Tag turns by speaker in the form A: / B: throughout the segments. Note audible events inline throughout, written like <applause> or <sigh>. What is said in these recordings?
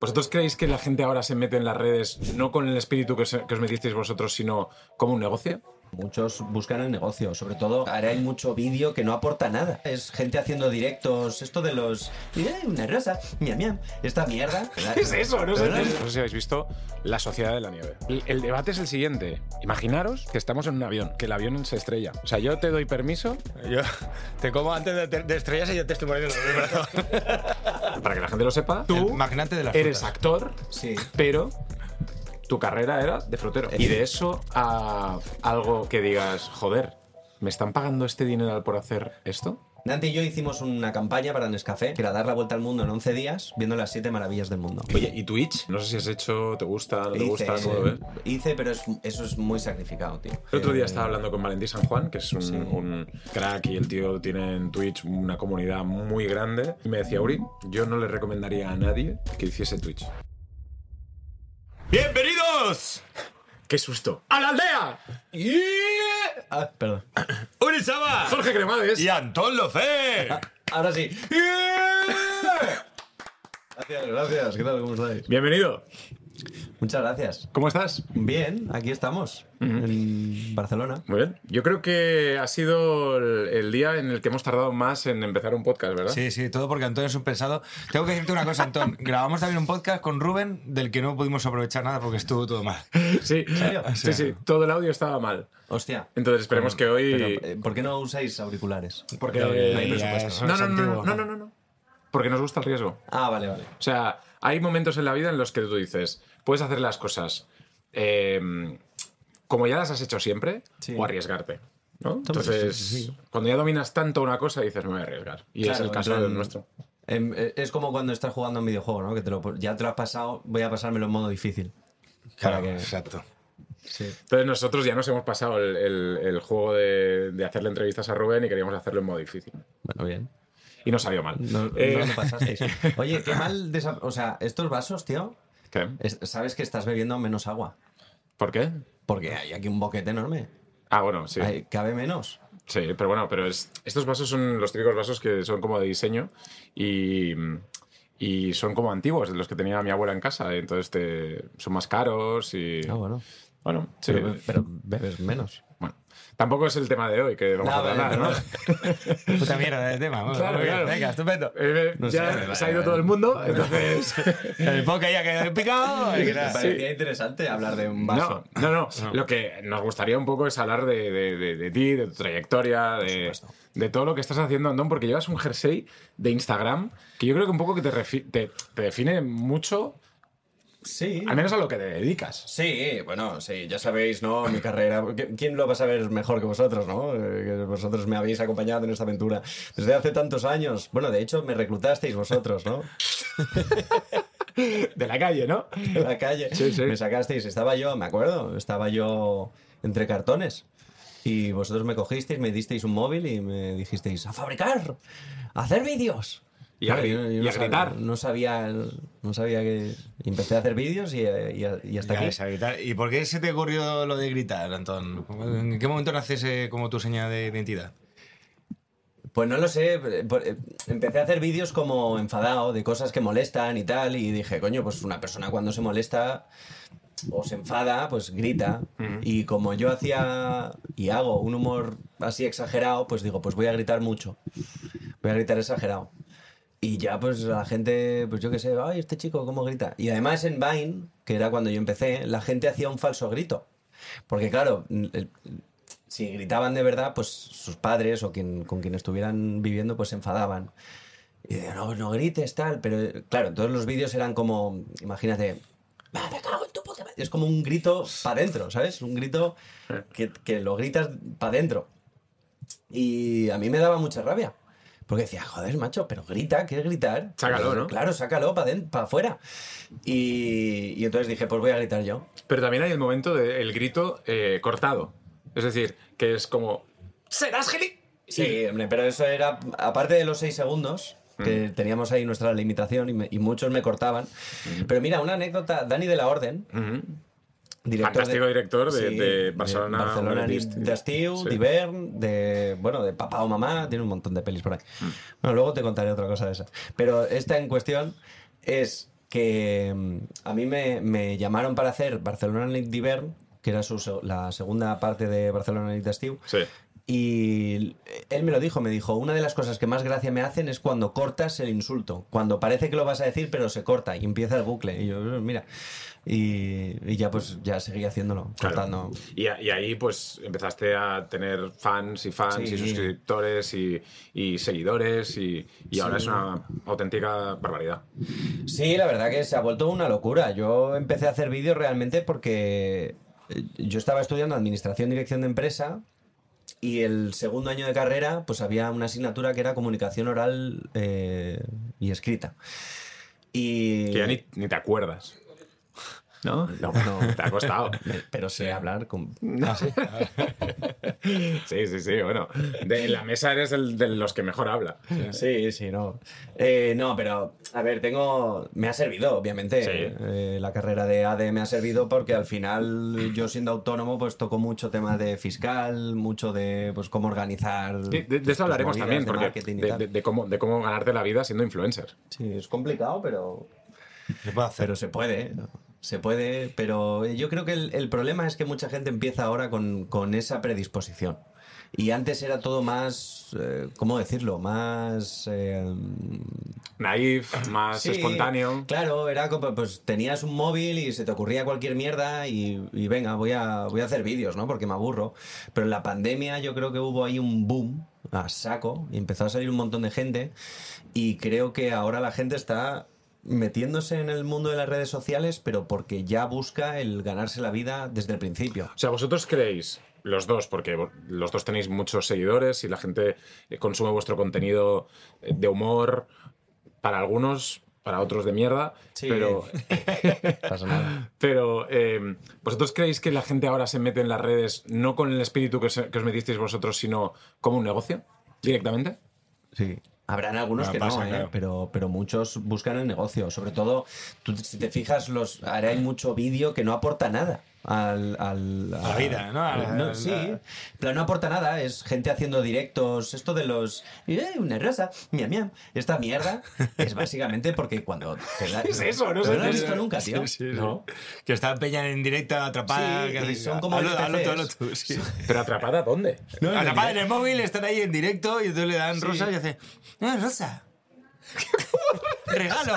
A: ¿Vosotros creéis que la gente ahora se mete en las redes no con el espíritu que, se- que os metisteis vosotros, sino como un negocio?
B: Muchos buscan el negocio, sobre todo ahora hay mucho vídeo que no aporta nada. Es gente haciendo directos, esto de los... "Eh, una rosa, miam, miam, esta mierda.
A: <laughs> ¿Qué es eso? No sé, no sé si habéis visto La Sociedad de la Nieve. El, el debate es el siguiente. Imaginaros que estamos en un avión, que el avión se estrella. O sea, yo te doy permiso
C: Yo <laughs> te como antes de, de estrellas y ya te estoy mordiendo el brazo.
A: para que la gente lo sepa. <laughs>
C: El
A: Tú
C: magnate de las
A: eres
C: frutas.
A: actor,
B: Sí.
A: pero tu carrera era de frutero. Y de eso a algo que digas, joder, ¿me están pagando este dinero por hacer esto?
B: Dante y yo hicimos una campaña para Nescafé, que era dar la vuelta al mundo en 11 días, viendo las 7 maravillas del mundo.
A: Oye, ¿y Twitch? No sé si has hecho, te gusta, no te
B: hice,
A: gusta, no lo ves.
B: hice, pero es- eso es muy sacrificado, tío.
A: El otro día estaba hablando con Valentín San Juan, que es un, un crack y el tío tiene en Twitch una comunidad muy grande. Y me decía, Uri, yo no le recomendaría a nadie que hiciese Twitch.
C: ¡Bienvenidos!
A: ¡Qué susto! ¡A la aldea! Y-
B: Ah, perdón.
C: ¡Uri Saba!
A: Jorge Cremades.
C: ¡Y Antón Lofer!
B: Ah,
A: <laughs>
B: Ahora sí. Gracias, gracias. ¿Qué tal? ¿Cómo estáis?
A: Bienvenido.
B: Muchas gracias.
A: ¿Cómo estás?
B: Bien, aquí estamos, en Barcelona.
A: Muy bien. Yo creo que ha sido el, el día en el que hemos tardado más en empezar un podcast, ¿verdad?
C: Sí, sí, todo porque Antón es un pensado. Tengo que decirte una cosa, <laughs> Antón. Grabamos también un podcast con Rubén del que no pudimos aprovechar nada porque estuvo todo mal.
A: Sí.
B: serio?
A: Sí, sí. Todo el audio estaba mal.
B: Hostia.
A: Entonces esperemos que hoy...
B: Pero, eh, ¿Por qué no usáis auriculares?
A: Porque
C: Eh,
A: no hay presupuesto.
C: ya, eso
A: No,
C: es
A: no, no,
C: antiguo,
A: no, no,
C: ¿no?
A: no, no, no. Porque nos gusta el riesgo.
B: Ah, vale, vale.
A: O sea, hay momentos en la vida en los que tú dices, puedes hacer las cosas eh, como ya las has hecho siempre
B: Sí.
A: o arriesgarte. ¿no? Entonces, cuando ya dominas tanto una cosa, dices, me voy a arriesgar. Y es
B: Claro,
A: el caso
B: en plan,
A: del nuestro.
B: em, eh, es como cuando estás jugando a un videojuego, ¿no? Que te lo, ya te lo has pasado, voy a pasármelo en modo difícil. Para que-
C: exacto.
B: Sí.
A: Entonces nosotros ya nos hemos pasado el, el- el juego de, de hacerle entrevistas a Rubén y queríamos hacerlo en modo difícil.
B: Bueno, bien.
A: Y no salió mal.
B: No, no
A: Eh,
B: lo pasasteis. Oye, qué mal. desa- O sea, estos vasos, tío,
A: ¿qué?
B: es- sabes que estás bebiendo menos agua.
A: ¿Por qué?
B: Porque hay aquí un boquete enorme.
A: Ah, bueno, sí.
B: Hay- cabe menos.
A: Sí, pero bueno, pero es- estos vasos son los típicos vasos que son como de diseño y, y son como antiguos, de los que tenía mi abuela en casa. Entonces te- son más caros y.
B: Ah, bueno.
A: Bueno, sí.
B: Pero, pero bebes menos.
A: bueno. Tampoco es el tema de hoy que vamos
B: No,
A: a
B: vale,
A: tratar, ¿no?
B: perdón.
C: Puta mierda de tema. Bueno,
A: Claro,
C: muy bien.
A: claro.
C: Venga, estupendo.
A: <laughs> Eh,
B: No sé,
A: ya
B: vale,
A: se ha
B: vale,
A: ido todo
B: vale.
A: el mundo, entonces.
B: <laughs>
C: El podcast ya quedó picado. <laughs> y
B: Me
C: nada.
B: parecía interesante hablar de un vaso.
A: No, no, no, Lo que nos gustaría un poco es hablar de, de- de- de ti, de tu trayectoria, de,
B: supuesto.
A: de todo lo que estás haciendo, Andón, porque llevas un jersey de Instagram que yo creo que un poco que te, refi- te- te define mucho,
B: Sí.
A: al menos a lo que te dedicas.
B: Sí, bueno, sí, ya sabéis, ¿no? Mi carrera. ¿Qui- ¿Quién lo va a saber mejor que vosotros, no? Eh, Que vosotros me habéis acompañado en esta aventura desde hace tantos años. Bueno, de hecho, me reclutasteis vosotros, ¿no? <laughs>
A: De la calle, ¿no?
B: en la calle.
A: Sí, sí.
B: Me sacasteis. Estaba yo, me acuerdo, estaba yo entre cartones. Y vosotros me cogisteis, me disteis un móvil y me dijisteis, a fabricar, a hacer vídeos.
A: Y a
B: Claro,
A: gri-
B: yo- yo
A: y
B: no
A: a
B: sabía-
A: gritar.
B: no sabía, no sabía que... y Empecé a hacer vídeos y, y- y hasta
C: Ya
B: aquí.
C: ves, a gritar. ¿Y por qué se te ocurrió lo de gritar, Antón? ¿En qué momento nace ese como tu señal de identidad?
B: Pues no lo sé, por- por- empecé a hacer vídeos como enfadado de cosas que molestan y tal, y dije, coño, pues una persona cuando se molesta o se enfada, pues grita. Y como yo hacía y hago un humor así exagerado, pues digo, pues voy a gritar mucho, voy a gritar exagerado. Y ya pues la gente, pues yo qué sé, ay, este chico, ¿cómo grita? Y además en Vine, que era cuando yo empecé, la gente hacía un falso grito. Porque claro, el- si gritaban de verdad, pues sus padres o quien, con quien estuvieran viviendo, pues se enfadaban. Y decían, no, no grites, tal. Pero eh, claro, todos los vídeos eran como, imagínate, "Ah, me cago en tu puta madre". es como un grito para adentro, ¿sabes? Un grito que, que lo gritas para adentro. Y a mí me daba mucha rabia. Porque decía, joder, macho, pero grita, ¿quieres gritar?
A: Sácalo, ¿no?
B: Claro, sácalo para afuera. Y, y entonces dije, pues voy a gritar yo.
A: Pero también hay el momento del grito eh, cortado. Es decir, que es como. ¡Serás gili!
B: Sí, hombre, pero eso era, aparte de los seis segundos, que
A: Mm.
B: teníamos ahí nuestra limitación y, me- y muchos me cortaban.
A: Mm.
B: Pero mira, una anécdota, Dani de la Orden,
A: Ujú.
B: director
A: Fantástico director de- de Barcelona,
B: Barcelona
A: Univist.
B: de Estiu,
A: Sí.
B: d'Hivern, de, bueno, de Papá o Mamá, tiene un
A: Mm.
B: montón de pelis por ahí. Bueno, luego te contaré otra cosa de esa. Pero esta en cuestión es que mm, a mí me, me llamaron para hacer Barcelona Night d'hivern, que era su se- la segunda parte de Barcelona Night d'estiu,
A: Sí.
B: y él me lo dijo, me dijo, una de las cosas que más gracia me hacen es cuando cortas el insulto, cuando parece que lo vas a decir pero se corta y empieza el bucle. Y yo, "Eh, mira, y, y ya pues ya seguí haciéndolo,
A: Claro.
B: cortando.
A: Y, a- y ahí pues empezaste a tener fans y fans
B: Sí.
A: y suscriptores y, y seguidores y, y ahora es una auténtica barbaridad.
B: Sí, la verdad que se ha vuelto una locura. Yo empecé a hacer vídeos realmente porque eh, yo estaba estudiando administración, dirección de empresa y el segundo año de carrera pues había una asignatura que era comunicación oral eh, y escrita. Y...
A: Que ya ni, ni te acuerdas.
B: ¿No?
A: No, te ha
B: <laughs>
A: costado.
B: eh, Pero sé hablar con...
A: Sí, sí, sí, bueno. De en la mesa eres el de los que mejor habla.
B: Sí, sí, no. Eh, no, pero a ver, tengo. Me ha servido, obviamente.
A: Sí.
B: Eh, la carrera de AD me ha servido porque al final, yo siendo autónomo, pues toco mucho tema de fiscal, mucho de pues cómo organizar.
A: De, de- de
B: pues,
A: eso hablaremos
B: movidas
A: también,
B: de
A: porque
B: marketing y
A: de,
B: tal.
A: de- de cómo, de cómo ganarte la vida siendo influencer.
B: Sí, es complicado, pero.
C: ¿Qué puedo hacer?
B: Pero se puede. Se puede, pero yo creo que el, el problema es que mucha gente empieza ahora con, con esa predisposición. Y antes era todo más, eh, ¿cómo decirlo? Más eh, <clears throat>
A: Naif, más
B: Sí,
A: espontáneo.
B: Claro, era como, pues tenías un móvil y se te ocurría cualquier mierda y, y venga, voy a, voy a hacer vídeos, ¿no? Porque me aburro. Pero en la pandemia yo creo que hubo ahí un boom a saco y empezó a salir un montón de gente y creo que ahora la gente está metiéndose en el mundo de las redes sociales, pero porque ya busca el ganarse la vida desde el principio.
A: O sea, vosotros creéis, los dos, porque vo- los dos tenéis muchos seguidores y la gente eh, consume vuestro contenido eh, de humor para algunos, para otros de mierda,
B: Sí.
A: pero,
B: <laughs> Pasa nada.
A: <laughs> pero eh, vosotros creéis que la gente ahora se mete en las redes no con el espíritu que os, que os metisteis vosotros, sino como un negocio directamente.
B: Sí. Habrán algunos
C: Ah,
B: que no,
C: pasa,
B: ¿eh?
C: claro.
B: pero, pero muchos buscan el negocio. Sobre todo, tú, si te fijas, los, ahora hay mucho vídeo que no aporta nada al, al-
C: la vida, ¿no? A la-
B: no, sí.
C: la-
B: Pero no aporta nada. Es gente haciendo directos. Esto de los. ¡Eh, una rosa! ¡Miam, miam! Esta
C: <laughs>
B: mierda es básicamente porque cuando. te da-
A: es eso? No
B: Pero
A: sé,
B: lo
A: no
B: has
A: sé.
B: visto nunca, tío.
C: Sí, sí, sí.
A: No.
C: Que está Peña en directo atrapada.
B: Sí,
C: que
B: y
C: hace-
B: son como
C: Hazlo, hazlo tú,
B: NPCs.
C: hazlo
B: <laughs>
C: tú, sí.
A: Pero atrapada, ¿dónde?
C: Atrapada en el móvil, están ahí en directo y entonces le dan rosa y hace. ¡Ah, rosa! <laughs> ¡Regalo,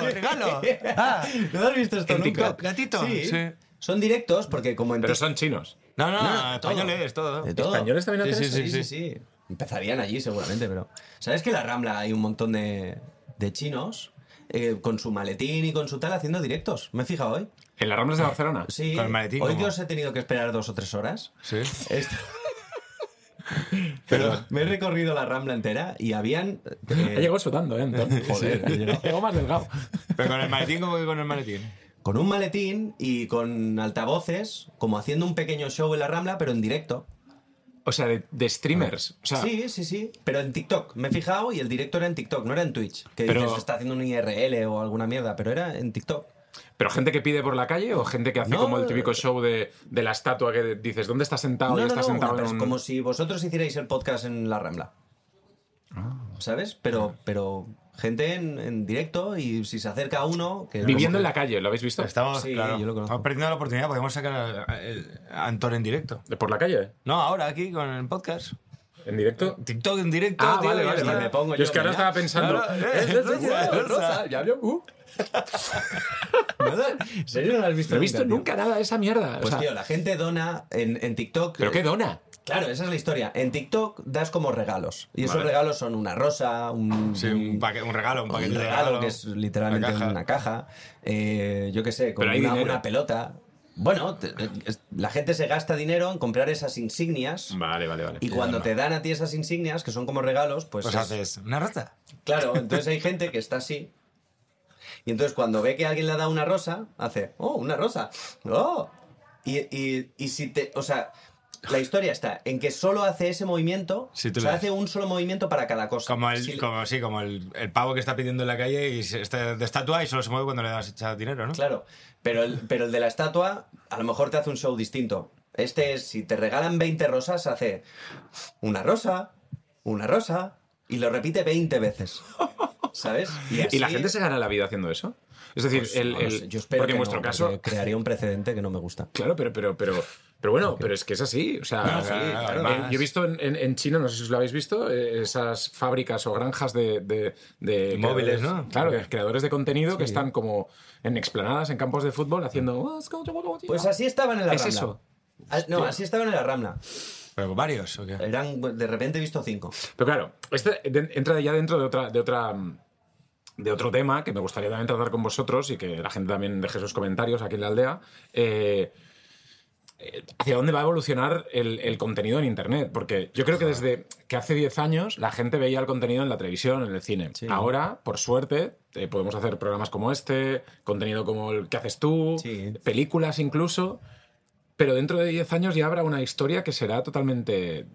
B: <laughs>
C: regalo! ¡Ah!
B: ¿No has visto esto
A: En
B: nunca?
A: TikTok.
C: Gatito,
B: Sí.
C: sí.
B: Son directos porque, como en
A: Pero
B: TikTok-
A: son chinos.
C: No, no,
B: No,
C: español
B: todo.
C: es todo.
B: De todo.
A: Ah, ¿Españoles también
C: Sí,
A: hacen
C: sí,
A: eso?
C: sí.
B: Sí, sí, sí. Empezarían allí seguramente, pero... ¿Sabes que en la Rambla hay un montón de, de chinos eh, con su maletín y con su tal haciendo directos? Me he fijado hoy.
A: ¿En las Ramblas de Barcelona?
B: Sí.
C: ¿Con el maletín
B: Hoy
C: cómo?
B: que os he tenido que esperar dos o tres horas.
C: Sí. <laughs>
B: esto- pero me he recorrido la Rambla entera y
A: <laughs>
B: habían... eh,
A: Ha llegado sudando, ¿eh, Antón? <laughs>
B: Joder, ha llegado.
A: Ha llegado más delgado.
C: Pero con el maletín, como que con el maletín?
B: con un maletín y con altavoces, como haciendo un pequeño show en la Rambla, pero en directo.
A: O sea, de, de streamers. O sea,
B: Sí, sí, sí. Pero en TikTok. Me he fijado y el directo era en TikTok, no era en Twitch. Que
A: Pero-
B: dices, está haciendo un IRL o alguna mierda, pero era en TikTok.
A: ¿Pero gente que pide por la calle o gente que hace
B: No.
A: como el típico show de, de la estatua que dices, ¿dónde está sentado? y Ah,
B: No, no,
A: está
B: no, una
A: sentado en
B: pers-
A: un...
B: como si vosotros hicierais el podcast en la Rambla.
A: Ah.
B: ¿Sabes? Pero, pero gente en, en directo y si se acerca a uno... Que
A: Viviendo en la calle, ¿lo habéis visto?
C: Estamos,
B: Sí,
C: claro,
B: yo lo conozco.
C: estamos perdiendo la oportunidad, podemos sacar a, a- el- a Anton en directo.
A: ¿Por la calle?
C: No, ahora aquí con el podcast.
A: ¿En directo?
C: TikTok en directo.
A: Ah,
C: tío,
A: vale,
C: y
A: vale,
C: está.
A: vale.
B: me pongo
A: yo,
B: yo,
A: es que ahora
B: venga.
A: estaba pensando...
C: Claro,
A: ¿eh,
C: es
A: es <laughs>
C: rosa,
A: rosa,
C: es
A: es rosa,
C: rosa.
A: ya había-
B: <laughs>
A: uh,
B: ¿En serio no lo has visto
A: no he visto
B: tío?
A: nunca nada de esa mierda. o
B: Pues
A: sea,
B: tío, eh, la gente dona en, en TikTok...
A: ¿Pero qué dona?
B: Claro, esa es la historia. En TikTok das como regalos. Y esos
A: Vale.
B: regalos son una rosa, un...
C: Sí, un, paque- un regalo, un
B: Mm. un
C: paquete de
B: regalo,
C: regalo.
B: que es literalmente
C: una caja.
B: una caja, eh, yo qué sé, con
A: Pero hay
B: una,
A: dinero.
B: una pelota. Bueno, te- eh, es- la gente se gasta dinero en comprar esas insignias
A: Vale, vale, vale.
B: y cuando te dan a ti esas insignias, que son como regalos, pues...
C: Pues
B: es-
C: haces una rata.
B: Claro, entonces hay gente que está así. Y entonces cuando ve que alguien le da una rosa, hace, oh, una rosa, oh. Y, y- y si te, o sea, la historia está en que solo hace ese movimiento,
C: Sí, tú
B: o sea,
C: lo-
B: hace un solo movimiento para cada cosa.
C: Como el,
B: Si-
C: como, sí, como el, el pavo que está pidiendo en la calle y se- está de estatua y solo se mueve cuando le das echar dinero, ¿no?
B: Claro, pero el, pero el de la estatua a lo mejor te hace un show distinto. Este es, si te regalan 20 rosas, hace una rosa, una rosa, y lo repite 20 veces. ¿Sabes?
A: ¿Y la
B: así-
A: gente se gana la vida haciendo eso? Es decir,
B: Pues,
A: el,
B: no lo
A: el-
B: sé. yo espero
A: porque
B: que
A: en vuestro
B: no,
A: caso.
B: porque crearía un precedente que no me gusta.
A: Claro, pero, pero, pero, pero bueno, pero es que es así. O sea,
C: No,
A: o sea,
C: sí, claro,
A: eh,
C: además.
A: yo he visto en, en- en China, no sé si os lo habéis visto, eh, esas fábricas o granjas de, de- de
C: Móviles,
A: creadores-
C: ¿no?
A: Claro, de creadores de contenido que están como en explanadas, en campos de fútbol, haciendo. "Oh,
B: Pues así estaban en la
A: Es
B: Rambla.
A: eso.
B: Ah, No, así estaban en la Rambla.
C: Pero varios, ¿o qué?
B: Eran, de repente he visto cinco.
A: Pero claro, este de- entra ya dentro de otra, de otra mm, de otro tema que me gustaría también tratar con vosotros y que la gente también deje sus comentarios aquí en la aldea. Eh, eh, ¿Hacia dónde va a evolucionar el, el contenido en Internet? Porque yo creo que desde que hace 10 años la gente veía el contenido en la televisión, en el cine.
B: Sí.
A: Ahora, por suerte, eh, podemos hacer programas como este, contenido como el que haces tú,
B: Sí.
A: películas incluso. Pero dentro de 10 años ya habrá una historia que será totalmente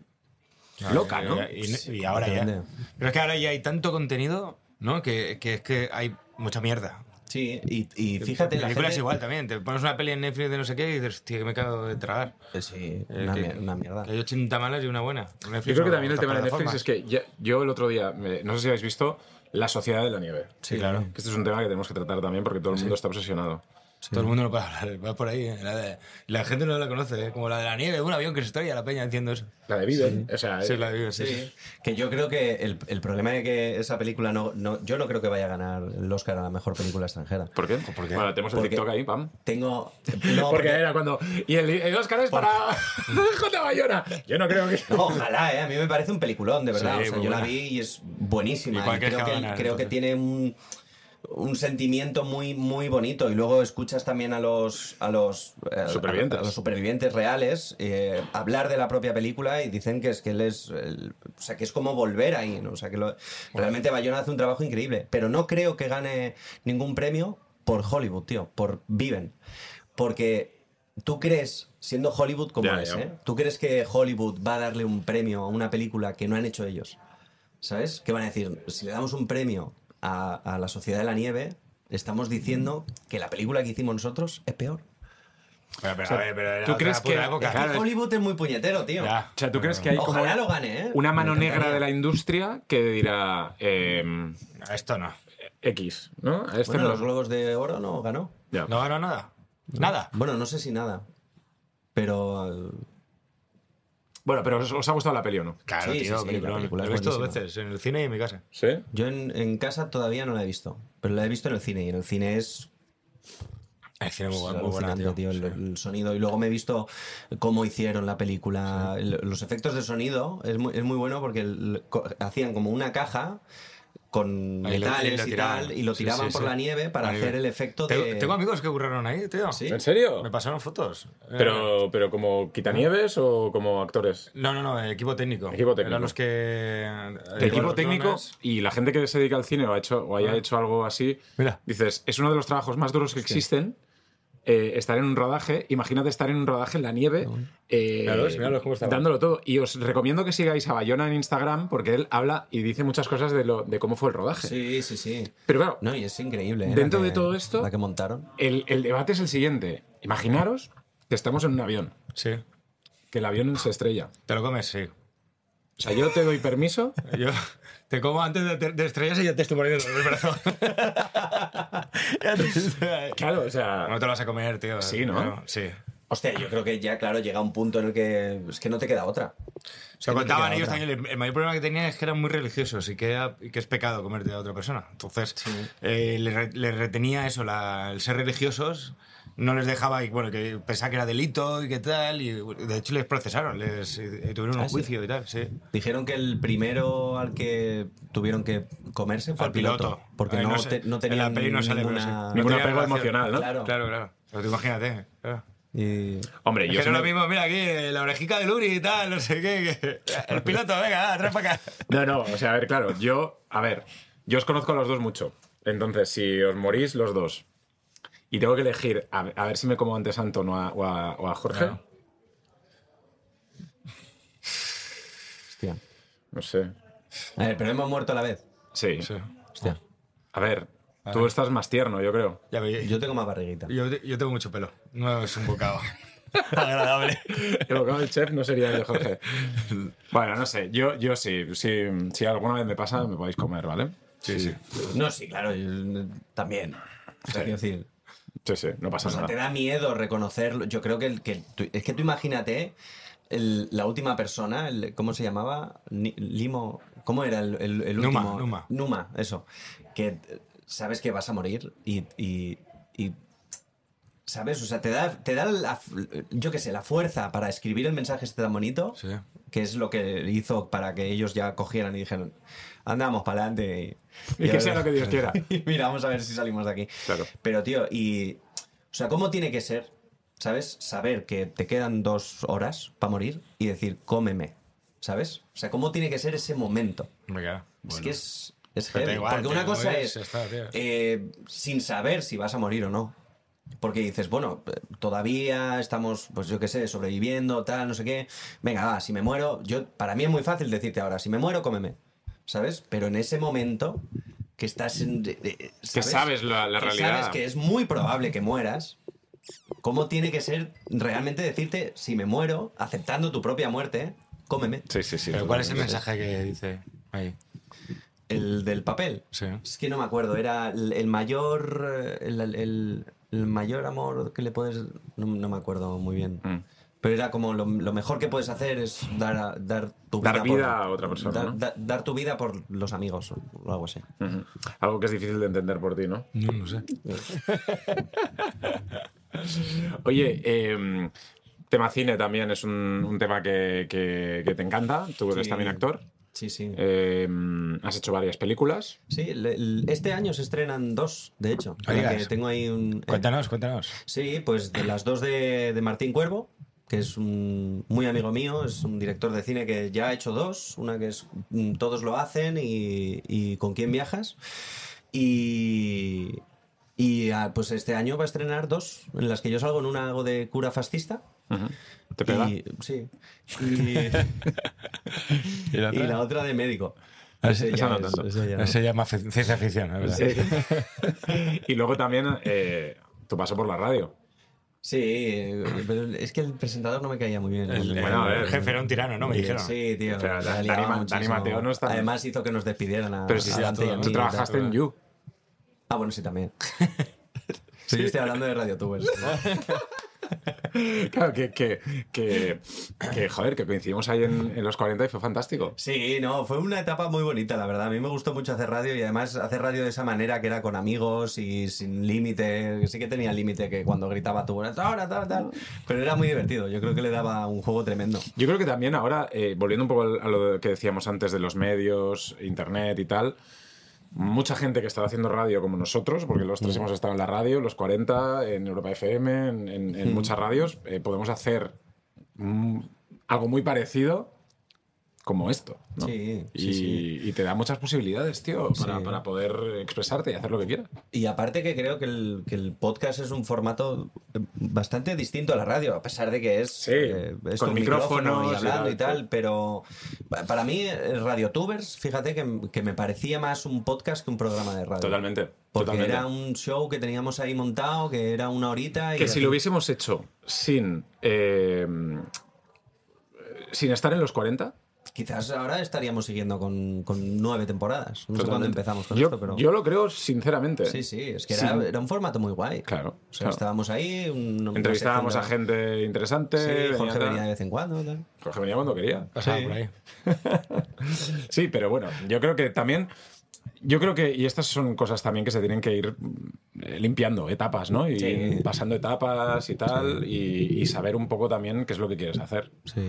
A: loca, ¿no?
C: Y, y- y ahora ya.
B: completamente.
C: Pero es que ahora ya hay tanto contenido, ¿no? Que, que es que hay mucha mierda.
B: Sí, y, y fíjate, la
C: películas
B: gente...
C: igual también. Te pones una peli en Netflix de no sé qué y dices, tío, que me cago de tragar.
B: Eh, Sí,
C: Eh,
B: una,
C: que-
B: mier- una mierda.
C: Que hay 80 malas y una buena.
A: Yo creo que también el tema de Netflix es que ya- yo el otro día, me- no sé si habéis visto La Sociedad de la Nieve.
C: Sí, claro.
A: Que Este es un tema que tenemos que tratar también porque todo el mundo está obsesionado.
C: Todo el mundo lo puede hablar, va por ahí. eh. La, de- la gente no la conoce, ¿eh? como la de la nieve, un avión que se estrella, la peña diciendo eso.
A: La de Biden, o sea,
C: Sí,
A: eh,
C: la digo, sí.
B: Sí, <laughs> que yo creo que el, el problema de que esa película no, no- Yo no creo que vaya a ganar el Oscar a la mejor película extranjera.
A: ¿por qué?
C: ¿Por qué?
A: Bueno, tenemos el
B: Porque-
A: TikTok ahí, pam.
B: Tengo.
C: <laughs>
B: No,
A: porque era cuando... Y el, el Oscar es para <laughs> J. Bayona. Yo no creo que...
B: No, ojalá, ¿eh? A mí me parece un peliculón, de verdad.
C: Sí,
B: o sea,
C: muy
B: yo la
C: buena.
B: vi y es buenísima.
C: ¿Y
B: Y
C: cuál crees
B: creo que,
C: que va a ganar,
B: creo que
C: entonces?
B: tiene un, un sentimiento muy, muy bonito. Y luego escuchas también a los, a los, eh,
A: Supervivientes.
B: a los supervivientes reales eh, hablar de la propia película y dicen que es que él es. el- o sea, que es como volver ahí. ¿no? O sea, que lo- realmente Bayona hace un trabajo increíble. Pero no creo que gane ningún premio por Hollywood, tío. Por Viven. Porque. ¿Tú crees, siendo Hollywood como
A: Ya,
B: es,
A: ya.
B: ¿eh? ¿Tú crees que Hollywood va a darle un premio a una película que no han hecho ellos? ¿Sabes? ¿Qué van a decir? Si le damos un premio a, a La Sociedad de la Nieve, estamos diciendo
A: Mm.
B: que la película que hicimos nosotros es peor.
C: Pero, pero,
A: sea,
C: a ver, pero era
A: ¿tú
C: otra
A: crees que-
C: puta época.
A: que- Claro,
B: Y Hollywood es muy puñetero, tío.
C: Ya.
A: O sea, ¿tú crees que hay como
B: Ojalá lo gane, ¿eh?
A: una mano
B: Me
A: negra
B: encantaría.
A: de la industria que dirá em,
C: Esto no.
A: X, ¿no? A este
B: Bueno,
A: no.
B: los Globos de Oro no ganó.
A: Ya.
C: No ganó nada. Nada.
B: Bueno, no sé si nada. Pero. eh,
A: Bueno, pero ¿os, os ha gustado la peli o no?
C: Claro,
B: Sí, sí,
C: tío,
B: sí, la
C: peliculón.
B: película
C: Lo he
B: es
C: visto dos
B: buenísima.
C: veces, en el cine y en mi casa.
A: ¿Sí?
B: Yo en, en casa todavía no la he visto. Pero la he visto en el cine. Y en el cine es
C: El cine muy,
B: Es
C: guay, muy buena,
B: alucinante,
C: tío.
B: tío, el, el sonido. Y luego me he visto cómo hicieron la película. El- Los efectos de sonido es muy, es muy bueno porque el- co- hacían como una caja con
C: Ahí lo- ahí
B: metales
C: lo
B: y
C: tiraban.
B: tal, y lo
C: Sí,
B: tiraban
C: sí,
B: por
C: sí.
B: la nieve para
C: Ahí
B: hacer
C: ve.
B: el efecto
C: Tengo,
B: de...
C: tengo amigos que curraron ahí, tío.
B: Sí.
A: ¿En serio?
C: Me pasaron fotos. Eh,
A: Pero, pero como quitanieves o como actores?
C: No, no, no, equipo técnico.
A: Equipo técnico.
C: Eran los que. eh,
A: El equipo técnico y la gente que se dedica al cine o, ha hecho, o haya
C: Ah.
A: hecho algo así,
C: Mira.
A: dices, es uno de los trabajos más duros que existen. eh, estar en un rodaje, imagínate estar en un rodaje en la nieve, eh,
C: Míralos, míralos cómo estaban.
A: dándolo todo. Y os recomiendo que sigáis a Bayona en Instagram porque él habla y dice muchas cosas de, lo, de cómo fue el rodaje.
B: Sí, sí, sí.
A: Pero claro,
B: No, y es increíble. ¿eh? La
A: Dentro
B: que-
A: de todo esto-
B: La que montaron.
A: el, el debate es el siguiente. Imaginaros que estamos en un avión,
C: Sí.
A: que el avión se estrella.
C: Te lo comes, sí.
A: O sea, yo te doy permiso
C: Yo te como antes de, de estrellarse y ya te estoy mordiendo el brazo. Ya te estoy-
A: Claro, o sea.
C: no te lo vas a comer, tío.
A: Sí, ¿no?
C: Claro, sí.
B: Hostia, yo creo que ya, claro, llega un punto en el que es que no te queda otra.
C: O sea,
B: no te
C: contaban
B: queda
C: ellos
B: otra.
C: también. El, el mayor problema que tenían es que eran muy religiosos y que, era- y que es pecado comerte a otra persona. Entonces, eh, les re- les retenía eso, la- el ser religiosos. No les dejaba, y bueno, que pensaba que era delito y que tal. Y de hecho, les procesaron, les y tuvieron un
B: Ah, sí.
C: juicio y tal, sí.
B: Dijeron que el primero al que tuvieron que comerse fue
C: Al
B: al piloto.
C: piloto.
B: Porque
C: Ay,
B: no,
C: sé,
B: te- no
C: en la
B: tenían
C: peli no sale, pero
B: ninguna-
C: sí.
A: Ningún
C: tenía
A: apego
C: relación.
A: emocional, ¿no?
B: Claro.
C: Claro, claro. Pero tú imagínate. Claro.
B: Y...
A: Hombre,
C: Es
A: yo.
C: que
A: si
C: no es
A: me-
C: lo mismo, mira aquí, eh, la orejica de Luri y tal, no sé qué. que- <laughs> El piloto, venga, atrás para acá.
A: No, no, o sea, a ver, claro, yo, a ver, yo os conozco a los dos mucho. Entonces, si os morís los dos y tengo que elegir a, a ver si me como antes a Anton o a, o a- o a Jorge,
C: Claro.
B: Hostia.
A: no sé.
B: A ver, pero hemos muerto a la vez.
A: Sí.
B: Hostia.
A: A ver, tú estás más tierno, yo creo.
C: Ya veis, yo,
B: Yo tengo más barriguita.
C: yo, yo tengo mucho pelo. No es un bocado <laughs> agradable.
A: El bocado del chef no sería el de <laughs> Jorge. Bueno, no sé, yo, yo sí, sí, si alguna vez me pasa, me podéis comer, ¿vale?
C: Sí, sí.
B: No, sí, claro, yo, eh, mm, también. O sea, quiero decir,
A: Sí, sí, no pasa
B: o sea,
A: nada.
B: te da miedo reconocerlo. Yo creo que, el- que tú- es que tú imagínate el- la última persona, el- ¿cómo se llamaba? Ni- Limo, ¿cómo era el, el- el
C: Numa,
B: último?
C: Numa.
B: eso. Que eh, sabes que vas a morir y, y- y- ¿sabes? O sea, te da, te da la, f- yo qué sé, la fuerza para escribir el mensaje este tan bonito,
C: Sí.
B: que es lo que hizo para que ellos ya cogieran y dijeran, andamos para adelante.
A: Y que sea lo que Dios quiera.
B: <laughs> Mira, vamos a ver si salimos de aquí.
A: Claro.
B: Pero, tío, y. O sea, ¿cómo tiene que ser? ¿Sabes? Saber que te quedan dos horas para morir y decir, cómeme. ¿Sabes? O sea, ¿cómo tiene que ser ese momento?
C: Venga,
B: Es
C: bueno.
B: que es. Es
C: Pero da
B: heavy.
C: igual,
B: Porque
C: te
B: una cosa
C: mueres,
B: es.
C: ya está, tío.
B: eh, sin saber si vas a morir o no. Porque dices, bueno, eh, todavía estamos, pues yo qué sé, sobreviviendo, tal, no sé qué. Venga, va, si me muero. Yo, para mí es muy fácil decirte ahora, si me muero, cómeme. ¿Sabes? Pero en ese momento que estás en. eh, de- de-
A: Que sabes la, la
B: que
A: realidad.
B: sabes que es muy probable que mueras, ¿cómo tiene que ser realmente decirte, si me muero, aceptando tu propia muerte, cómeme?
A: Sí, sí, sí.
C: Pero ¿cuál es el
A: totalmente.
C: mensaje que dice ahí?
B: El del papel.
C: Sí.
B: Es que no me acuerdo, era el, el mayor. eh, El, el- el mayor amor que le puedes. No, no me acuerdo muy bien.
A: Mm.
B: Pero era como lo, lo mejor que puedes hacer es dar, a- dar tu vida.
A: Dar vida a otra persona,
B: Dar,
A: ¿no?
B: da- dar tu vida por los amigos o algo así.
A: Ujú. Algo que es difícil de entender por ti, ¿no?
C: No, no sé.
A: Oye, eh, tema cine también es un, un tema que, que- que te encanta. Tú eres
B: Sí.
A: también actor.
B: Sí, sí.
A: Eh, has hecho varias películas.
B: Sí, le- el- este año se estrenan dos, de hecho.
C: No digas.
B: Que tengo ahí un. eh,
C: Cuéntanos, cuéntanos.
B: sí, pues de las dos de, de Martín Cuervo, que es un muy amigo mío, es un director de cine que ya ha hecho dos. Una que es mm, Todos lo hacen y, y Con quién viajas. Y. Y ah, pues este año va a estrenar dos, en las que yo salgo en una hago de cura fascista.
A: Ujú. ¿Te pega?
B: Y, sí. Y,
C: ¿Y la
B: y la otra de médico.
C: Ah,
B: Ese
C: esa
B: ya
C: Ah,
A: no
B: es-
A: tanto.
B: ese ya no.
C: Se llama fe- ciencia ficción, la ¿verdad?
A: Pues <laughs> y luego también eh, tu paso por la radio.
B: Sí, eh, pero es que el presentador no me caía muy bien.
C: El, eh,
A: Bueno, a
C: el
A: ver.
C: jefe era un tirano, ¿no? Me dijeron.
B: Sí, tío.
A: Pero
B: la
A: Dani
B: liaba
A: Ma- Dani
B: muchísimo.
A: Mateo no está-
B: Además hizo que nos despidieran a
A: Pero si
B: a
A: sí,
B: Dante y a
A: tú,
B: mí,
A: tú
B: tal,
A: trabajaste en
B: tal.
A: You.
B: Ah, bueno,
A: <laughs>
B: sí, también. Sí, yo estoy hablando de Radiotubers.
A: Claro, que, que, que, que, joder, que coincidimos ahí en, en los 40 y fue fantástico.
B: Sí, no, fue una etapa muy bonita, la verdad. A mí me gustó mucho hacer radio y además hacer radio de esa manera que era con amigos y sin límite. Sí que tenía límite que cuando gritaba tú, ahora, tal, tal. Pero era muy divertido. Yo creo que le daba un juego tremendo.
A: Yo creo que también ahora, eh, volviendo un poco al- a lo que decíamos antes de los medios, internet y tal, mucha gente que estaba haciendo radio como nosotros, porque los tres hemos estado en la radio, los 40, en Europa FM, en, en- en muchas radios, eh, podemos hacer mm, algo muy parecido como esto. ¿no?
B: Sí, sí,
A: y,
B: sí.
A: y te da muchas posibilidades, tío, para,
B: Sí.
A: para poder expresarte y hacer lo que quieras.
B: Y aparte que creo que el, que el podcast es un formato bastante distinto a la radio, a pesar de que es, eh,
A: Sí,
B: es
A: con
B: un micrófono y
A: micrófonos y
B: hablando y
A: tal.
B: tal, pero pa- para mí eh, Radiotubers, fíjate que, que me parecía más un podcast que un programa de radio.
A: Totalmente.
B: Porque
A: totalmente.
B: era un show que teníamos ahí montado, que era una horita y...
A: Que si lo hubiésemos hecho sin. eh, sin estar en los 40.
B: Quizás ahora estaríamos siguiendo con, con nueve temporadas. No sé cuándo
A: totalmente.
B: empezamos con
A: yo,
B: esto, pero...
A: Yo lo creo sinceramente.
B: Sí, sí, es que era,
A: Sí.
B: era un formato muy guay.
A: Claro.
B: O sea,
A: claro.
B: estábamos ahí... un- una
A: Entrevistábamos a
B: sección
A: gente interesante.
B: de- Sí,
A: venía
B: Jorge
A: tal.
B: venía de vez en cuando. tal.
A: Jorge venía cuando quería.
C: Pasaba
B: Sí.
C: por ahí.
A: Sí, pero bueno, yo creo que también. Yo creo que, y estas son cosas también que se tienen que ir mm, eh, limpiando, etapas, ¿no? Y
B: Sí.
A: pasando etapas y tal, y, y saber un poco también qué es lo que quieres hacer.
B: Sí.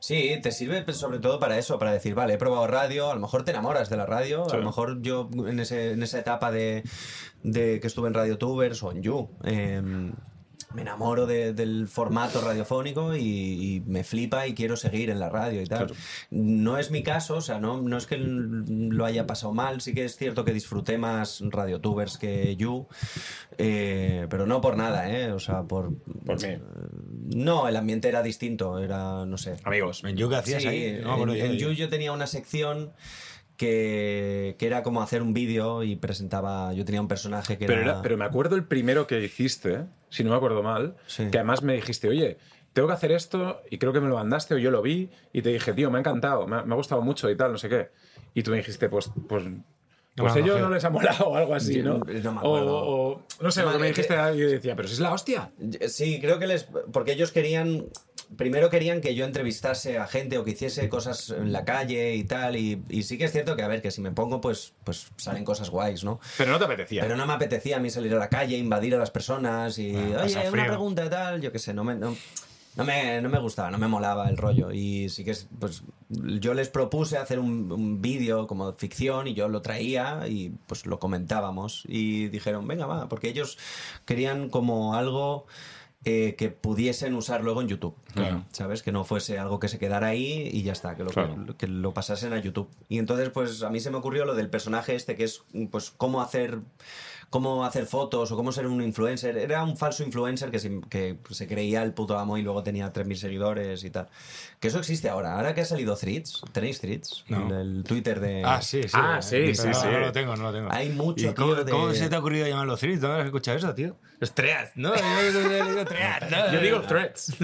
B: Sí, te sirve pues, sobre todo para eso, para decir, vale, he probado radio, a lo mejor te enamoras de la radio, a
A: Sí.
B: lo mejor yo en, ese- en esa etapa de, de que estuve en Radio Tubers o en You, eh, me enamoro de- del formato radiofónico y, y me flipa y quiero seguir en la radio y tal.
A: Claro.
B: No es mi caso, o sea, no, no es que lo haya pasado mal, sí que es cierto que disfruté más Radio Tubers que You, eh, pero no por nada, ¿eh? O sea, por...
A: Por mí.
B: No, el ambiente era distinto, era, no sé.
A: Amigos.
C: ¿En Yu qué hacías
B: Sí,
C: ahí? No
B: en,
C: me acuerdo yo
B: en
C: de
B: Yu
C: Yu.
B: yo tenía una sección que, que era como hacer un vídeo y presentaba. Yo tenía un personaje que
A: Pero,
B: era.
A: era- pero me acuerdo el primero que hiciste, si no me acuerdo mal,
B: Sí.
A: que además me dijiste, oye, tengo que hacer esto y creo que me lo mandaste o yo lo vi y te dije, tío, me ha encantado, me ha, me ha gustado mucho y tal, no sé qué. Y tú me dijiste, pues, pues Pues
C: me
A: a ellos
C: acuerdo.
A: no les ha molado o algo así,
B: Yo-
A: ¿no?
B: no me
A: O-
B: acuerdo.
A: O, no sé, lo que me dijiste, yo decía, pero si es la hostia.
B: Sí, creo que les. Porque ellos querían. Primero querían que yo entrevistase a gente o que hiciese cosas en la calle y tal. Y, y sí que es cierto que, a ver, que si me pongo, pues, pues salen cosas guays, ¿no?
A: Pero no te apetecía.
B: Pero no me apetecía a mí salir a la calle, invadir a las personas y.
C: Ah, pasa
B: Oye, una
C: frío".
B: pregunta tal. Yo qué sé, no me. No, no me, no me gustaba, no me molaba el rollo. Y sí que es, pues yo les propuse hacer un, un vídeo como ficción y yo lo traía y pues lo comentábamos. Y dijeron, venga, va, porque ellos querían como algo eh, que pudiesen usar luego en YouTube.
A: Claro.
B: ¿Sabes? Que no fuese algo que se quedara ahí y ya está, que lo,
A: Claro.
B: que lo pasasen a YouTube. Y entonces, pues a mí se me ocurrió lo del personaje este que es, pues, cómo hacer cómo hacer fotos o cómo ser un influencer. Era un falso influencer que se, que se creía el puto amo y luego tenía 3.000 seguidores y tal. Que eso existe ahora. Ahora que ha salido Threads, ¿tenéis Threads?
C: No.
B: El, el Twitter de...
C: Ah, sí, sí.
A: Ah,
C: eh,
A: sí,
C: pero
A: sí,
C: no,
A: sí.
C: No lo tengo, no lo tengo.
B: Hay mucho,
C: ¿Y cómo,
B: tío, de-
C: cómo se te ha ocurrido llamarlo Threads? ¿No has escuchado eso, tío? Los Threads, ¿no? Yo, yo- yo digo Threads, ¿no?
A: Yo digo threats.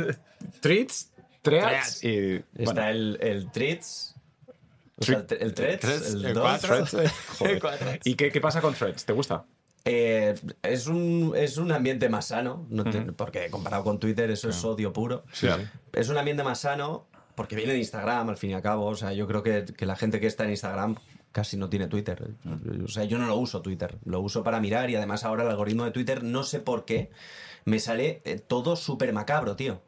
A: Threats, threats
C: Threads.
A: y.
B: Está
A: bueno,
B: el, el Threads. o sea, el, tre- el Threads,
C: Threads,
B: el
C: el
B: dos. <laughs>
C: cuatro.
A: threads, eh, joder.
C: Cuatro.
A: ¿Y qué, qué pasa con threats? ¿Te gusta?
B: Eh, es, un, es un ambiente más sano, no te- porque comparado con Twitter eso es odio puro.
A: sí.
B: Es un ambiente más sano porque viene de Instagram, al fin y al cabo. O sea, yo creo que, que la gente que está en Instagram casi no tiene Twitter. O sea, yo no lo uso Twitter, lo uso para mirar y además ahora el algoritmo de Twitter, no sé por qué, me sale eh, todo súper macabro, tío.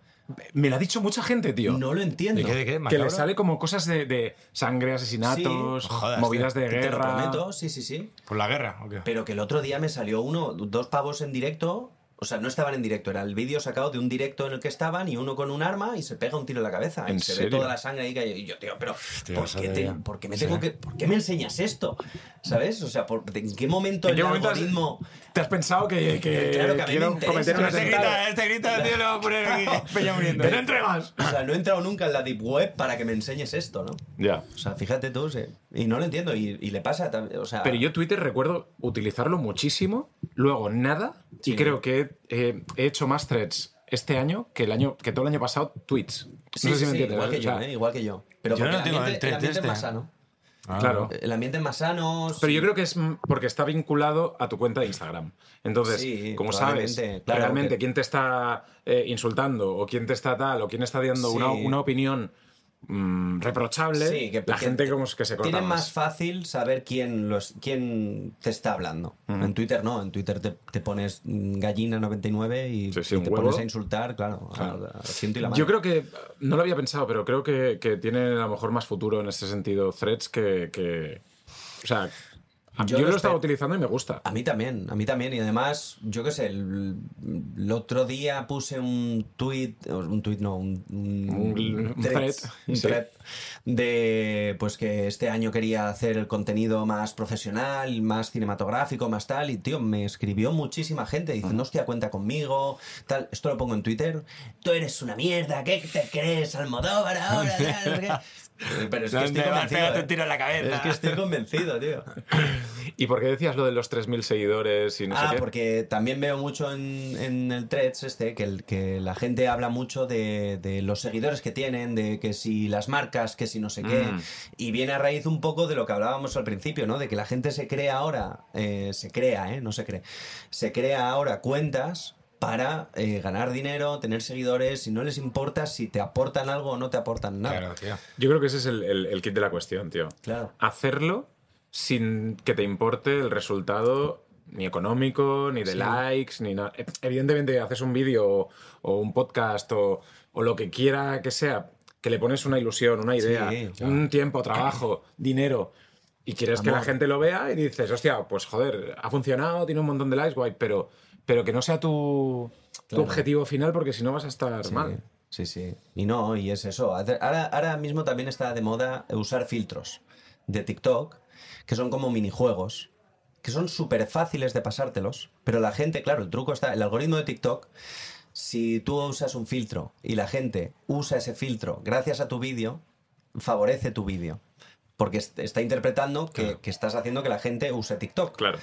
A: Me lo ha dicho mucha gente, tío.
B: No lo entiendo.
C: ¿De qué, de qué?
A: que le
C: ¿Macabro?
A: sale como cosas de, de sangre, asesinatos,
B: Sí.
C: Jodas,
A: movidas de
B: Te lo
A: guerra.
B: prometo, sí, sí, sí.
C: ¿Por la guerra o qué?
B: Pero que el otro día me salió uno, dos pavos en directo. O sea, no estaban en directo, era el vídeo sacado de un directo en el que estaban y uno con un arma y se pega un tiro en la cabeza.
A: ¿En
B: y se ve
A: serio?
B: toda la sangre ahí cae- Y yo, tío, pero
C: Tío,
B: ¿por,
C: eso
B: qué te-
C: debería.
B: por qué me
C: Sí.
B: tengo que, ¿por qué me enseñas esto? ¿Sabes? O sea, por- ¿en qué momento
A: ¿En
B: el
A: qué momento has-
B: algoritmo...
A: ¿Te has pensado que, que
B: Claro que a mí me
A: quiero
B: interesa.
A: cometer un
B: Pero
C: Este
A: atentado?
C: grita, este grita, tío, lo voy a poner <laughs> aquí. Peña muriendo. ¿eh?
A: ¡Que no entre más!
B: O sea, no he entrado nunca en la deep web para que me enseñes esto, ¿no?
A: Ya.
B: O sea, fíjate tú, sí. y no lo entiendo, y, y le pasa también, o sea...
A: Pero yo Twitter recuerdo utilizarlo muchísimo, luego nada,
B: Sí.
A: y creo que eh, he hecho más threads este año que el año que todo el año pasado tweets. No
B: Sí,
A: sé si
B: sí,
A: me
B: sí,
A: entiendes.
B: igual que
A: o
B: yo,
A: sea,
B: ¿eh? igual que yo. Pero
C: Yo
B: porque
C: no
B: el
C: tengo
B: ambiente,
C: el test
B: el ambiente es
C: este.
B: más sano.
C: Ah,
A: Claro.
B: El ambiente es más sano...
A: Pero yo
B: sí.
A: creo que es mm, porque está vinculado a tu cuenta de Instagram. Entonces,
B: Sí,
A: como sabes
B: probablemente, claro,
A: realmente
B: porque-
A: quién te está eh, insultando o quién te está tal o quién está dando
B: Sí.
A: una, una opinión mm, reprochable,
B: Sí, que-
A: la
B: que
A: gente como es que se corta
B: Tienen más
A: más.
B: fácil saber quién, los, quién te está hablando. En Twitter no, en Twitter te, te pones mm, gallina 99 y,
A: Sí, sí,
B: y
A: un
B: te
A: huevo.
B: pones a insultar, claro, a- a- a ciento y la mano.
A: Yo creo que, eh, no lo había pensado, pero creo que, que tiene a lo mejor más futuro en ese sentido threads que... que- o sea, a-
B: Yo
A: yo,
B: lo
A: lo estaba
B: espe-
A: utilizando y me gusta.
B: A mí también, a mí también. Y además, yo qué sé, el, el otro día puse un tweet, un tweet no, un,
A: Un- un thread,
B: un
A: sí.
B: thread de pues que este año quería hacer el contenido más profesional, más cinematográfico, más tal. Y tío, me escribió muchísima gente diciendo, hostia, cuenta conmigo, tal. Esto lo pongo en Twitter. Tú eres una mierda, ¿qué te crees, Almodóvar ahora? tal,
A: <laughs>
B: no sé qué?". Pero es que estoy
C: ¿Dónde vas?
B: convencido.
C: Pégate
B: eh.
C: un tiro en la cabeza.
B: Es que estoy convencido, tío.
A: ¿Y por qué decías lo de los 3.000 seguidores y no
B: ah,
A: sé qué?
B: porque también veo mucho en, en el Threads este que, el, que la gente habla mucho de, de los seguidores que tienen, de que si las marcas, que si no sé qué.
A: Mm.
B: Y viene a raíz un poco de lo que hablábamos al principio, ¿no? De que la gente se crea ahora, eh, se crea, ¿eh? No se cree. Se crea ahora cuentas para eh, ganar dinero, tener seguidores y no les importa si te aportan algo o no te aportan nada.
C: Claro, tío.
A: Yo creo que ese es el, el- el kit de la cuestión, tío.
B: Claro.
A: Hacerlo sin que te importe el resultado ni económico, ni de likes, ni nada. E- Evidentemente, haces un vídeo o, o un podcast o, o lo que quiera que sea, que le pones una ilusión, una idea,
B: Sí,
A: un tiempo, trabajo, dinero. Y quieres que la
B: Amor.
A: gente lo vea y dices, hostia, pues joder, ha funcionado, tiene un montón de likes, guay, pero, pero que no sea tu, tu
B: Claro.
A: objetivo final porque si no vas a estar mal.
B: Sí, sí. Y no, y es eso. Ahora, ahora mismo también está de moda usar filtros de TikTok, que son como minijuegos, que son súper fáciles de pasártelos, pero la gente, claro, el truco está, el algoritmo de TikTok, si tú usas un filtro y la gente usa ese filtro gracias a tu vídeo, favorece tu vídeo. Porque est- está interpretando que, que estás haciendo que la gente use TikTok.
A: Claro.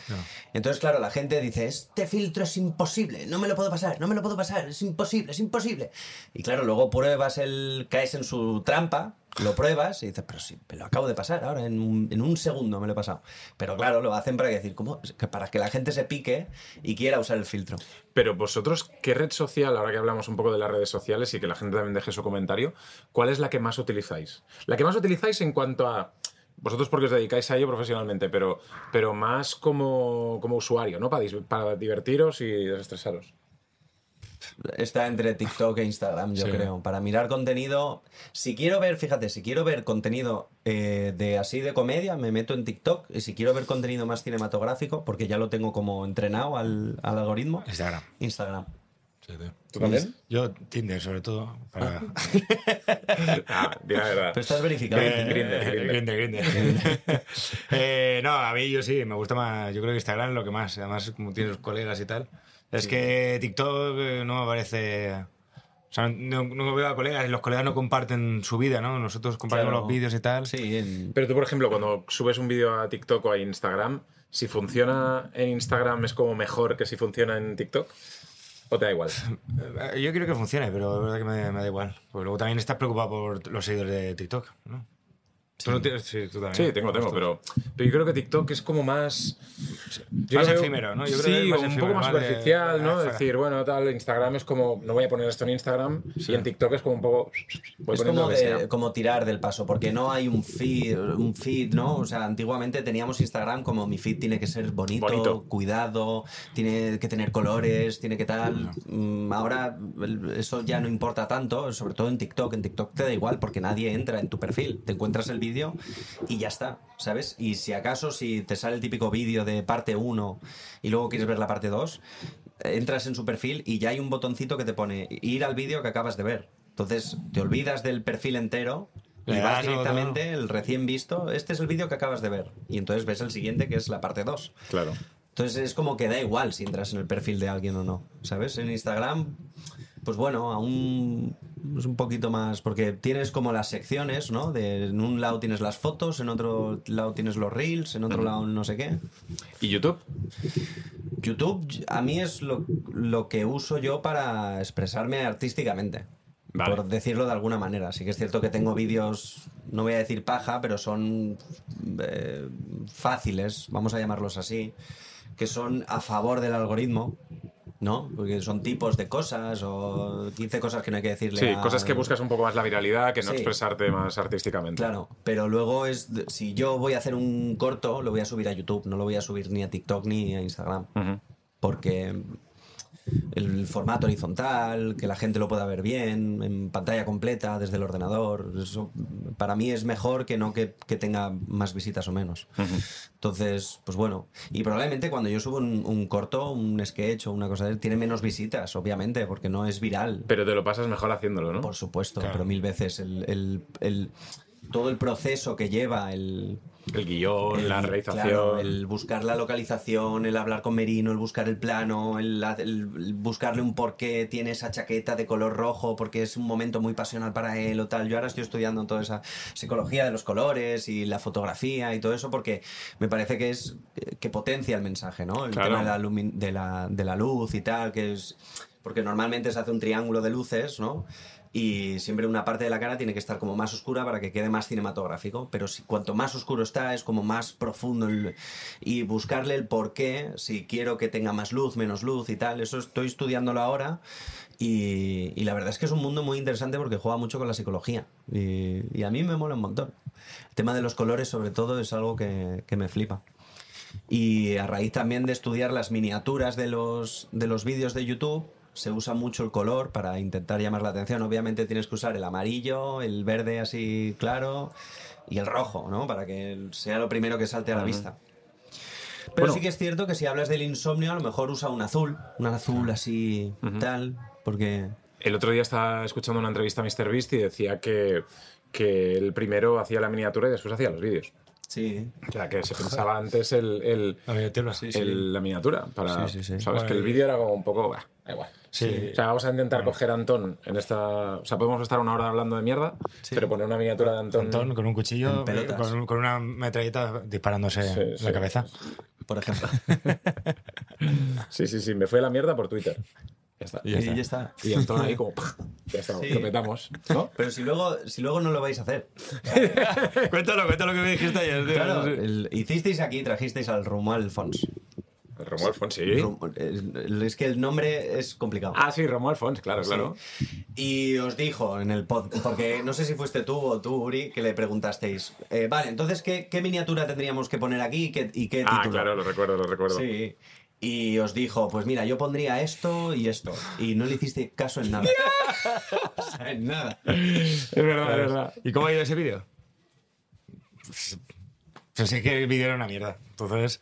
B: Entonces, claro, la gente dice, este filtro es imposible, no me lo puedo pasar, no me lo puedo pasar, es imposible, es imposible. Y claro, luego pruebas el... caes en su trampa Lo pruebas y dices, pero si me lo acabo de pasar ahora, en un, en un segundo me lo he pasado. Pero claro, lo hacen para que decir, ¿cómo? Que Para que la gente se pique y quiera usar el filtro.
A: Pero vosotros, ¿qué red social, ahora que hablamos un poco de las redes sociales y que la gente también deje su comentario, cuál es la que más utilizáis? La que más utilizáis en cuanto a... Vosotros porque os dedicáis a ello profesionalmente, pero, pero más como, como usuario, ¿no? Para, dis- para divertiros y desestresaros.
B: Está entre TikTok e Instagram, yo
A: Sí.
B: creo. Para mirar contenido. Si quiero ver, fíjate, si quiero ver contenido eh, de así de comedia, me meto en TikTok. Y si quiero ver contenido más cinematográfico, porque ya lo tengo como entrenado al, al algoritmo,
C: Instagram.
B: Instagram.
C: Sí, tío.
A: ¿Tú también?
C: Yo Tinder, sobre todo. Para... <laughs>
A: Ah, di la verdad.
B: Pero estás verificado.
C: Eh,
B: ¿eh?
A: Grindr, Grindr.
C: Grindr,
A: <laughs>
C: Grindr. Eh, no, a mí yo sí, me gusta más. Yo creo que Instagram es lo que más. Además, como tienes colegas y tal. Es que TikTok eh, no me parece. O sea, no, no veo a colegas. Los colegas no comparten su vida, ¿no? Nosotros compartimos
B: Claro.
C: los vídeos y tal.
B: Sí, en-
A: Pero tú, por ejemplo, cuando subes un vídeo a TikTok o a Instagram, si funciona en Instagram es como mejor que si funciona en TikTok. ¿O te da igual?
C: Eh, Yo quiero que funcione, pero la verdad que me, me da igual. Porque luego también estás preocupado por los seguidores de TikTok, ¿no? Tú no tienes, sí, tú también.
A: Sí, tengo, tengo, pero, pero yo creo que TikTok es como más... yo
C: Más
A: lo veo-
C: efímero, ¿no? Yo creo
A: sí,
C: que es más
A: un
C: efímero,
A: poco más
C: más de-
A: superficial, ¿no?
C: de-
A: decir, bueno, tal, Instagram es como, no voy a poner esto en Instagram, y en TikTok es como un poco... voy
B: es
A: poniendo
B: como,
A: lo que
B: de-
A: sea.
B: como tirar del paso, porque no hay un feed, un feed, ¿no? O sea, antiguamente teníamos Instagram como mi feed tiene que ser bonito,
A: Bonito.
B: cuidado, tiene que tener colores, tiene que tal. Mm, Ahora el- eso ya no importa tanto, sobre todo en TikTok. En TikTok te da igual porque nadie entra en tu perfil. Te encuentras el vídeo y ya está, ¿sabes? Y si acaso, si te sale el típico vídeo de parte 1 y luego quieres ver la parte 2, entras en su perfil y ya hay un botoncito que te pone ir al vídeo que acabas de ver. Entonces te olvidas del perfil entero y
C: Le das
B: vas
C: al botón.
B: directamente el recién visto. Este es el vídeo que acabas de ver. Y entonces ves el siguiente que es la parte 2.
A: Claro.
B: Entonces es como que da igual si entras en el perfil de alguien o no. ¿Sabes? En Instagram, pues bueno, aún es un poquito más. Porque tienes como las secciones, ¿no? De, en un lado tienes las fotos, en otro lado tienes los reels, en otro lado no sé qué.
A: ¿Y YouTube?
B: YouTube a mí es lo, lo que uso yo para expresarme artísticamente.
A: Vale.
B: Por decirlo de alguna manera. Sí que es cierto que tengo vídeos, no voy a decir paja, pero son eh, fáciles, vamos a llamarlos así, que son a favor del algoritmo, ¿no? Porque son tipos de cosas o 15 cosas que no hay que decirle.
A: Sí,
B: a-
A: cosas que buscas un poco más la viralidad que no
B: Sí.
A: expresarte más artísticamente.
B: Claro, pero luego es. de- Si yo voy a hacer un corto, lo voy a subir a YouTube, no lo voy a subir ni a TikTok ni a Instagram.
A: Ujú.
B: porque el formato horizontal, que la gente lo pueda ver bien, en pantalla completa, desde el ordenador, eso para mí es mejor que no que, que tenga más visitas o menos. Entonces, pues bueno, y probablemente cuando yo subo un, un corto, un sketch o una cosa de tiene menos visitas, obviamente, porque no es viral.
A: Pero te lo pasas mejor haciéndolo, ¿no?
B: Por supuesto,
C: Claro.
B: pero mil veces el, el- el- todo el proceso que lleva el,
A: El guión,
B: el-
A: la realización.
B: claro, el buscar la localización, el hablar con Merino, el buscar el plano, el, el- el buscarle un por qué tiene esa chaqueta de color rojo, porque es un momento muy pasional para él o tal. Yo ahora estoy estudiando toda esa psicología de los colores y la fotografía y todo eso, porque me parece que es que potencia el mensaje, ¿no? El
A: Claro.
B: tema de la, lumin- de, la, de la luz y tal, que es. Porque normalmente se hace un triángulo de luces, ¿no? Y siempre una parte de la cara tiene que estar como más oscura para que quede más cinematográfico. Pero si, cuanto más oscuro está, es como más profundo. el- y buscarle el porqué, si quiero que tenga más luz, menos luz y tal. Eso estoy estudiándolo ahora. Y, y la verdad es que es un mundo muy interesante porque juega mucho con la psicología. Y, y a mí me mola un montón. El tema de los colores, sobre todo, es algo que- que me flipa. Y a raíz también de estudiar las miniaturas de los, de los vídeos de YouTube, se usa mucho el color para intentar llamar la atención. Obviamente tienes que usar el amarillo, el verde así claro y el rojo, ¿no? Para que sea lo primero que salte a la vista. Pero
A: Bueno.
B: sí que es cierto que si hablas del insomnio, a lo mejor usa un azul, un azul así tal, porque...
A: El otro día estaba escuchando una entrevista a Mr. Beast y decía que, que el primero hacía la miniatura y después hacía los vídeos.
B: Sí,
A: O sea, que se pensaba antes el, el-
C: A ver, te lo-
A: el- la miniatura. Para,
B: Sí, sí, sí.
A: Sabes
C: Bueno,
A: que el
C: y-
A: vídeo era como un poco. bah, da igual.
C: Sí.
A: O sea, vamos a intentar coger a Antón en esta. O sea, podemos estar una hora hablando de mierda, pero poner una miniatura de Antón.
C: Antón con un cuchillo,
B: En pelotas.
C: con, un- con una metralleta disparándose
A: Sí,
C: en
A: sí.
C: la cabeza.
B: por ejemplo.
A: Sí, sí, sí, me fue a la mierda por Twitter. Ya está.
B: <laughs> y ya está.
A: Y Antón ahí como. Ya está,
B: Sí.
A: lo petamos. ¿No?
B: Pero si luego, si luego no lo vais a hacer.
C: cuéntalo, cuéntalo que me dijiste ayer, tío.
B: Claro,
C: Sí.
B: el- hicisteis aquí, trajisteis al Romuald Fons.
A: El Romuald Fons, sí.
B: Rum- el- el- es que el nombre es complicado.
A: Ah, sí, Romuald Fons, claro, claro.
B: Sí. Y os dijo en el podcast, porque no sé si fuiste tú o tú, Uri, que le preguntasteis, eh, vale, entonces, ¿qué, qué miniatura tendríamos que poner aquí y qué, y qué
A: Ah,
B: título?
A: claro, lo recuerdo, lo recuerdo.
B: Sí. Y os dijo, pues mira, yo pondría esto y esto. Y no le hiciste caso en
A: <laughs>
B: nada. <laughs> O sea, en nada.
A: Es verdad, es verdad.
C: ¿Y cómo ha ido ese vídeo? Pues sé que el vídeo era una mierda. Entonces.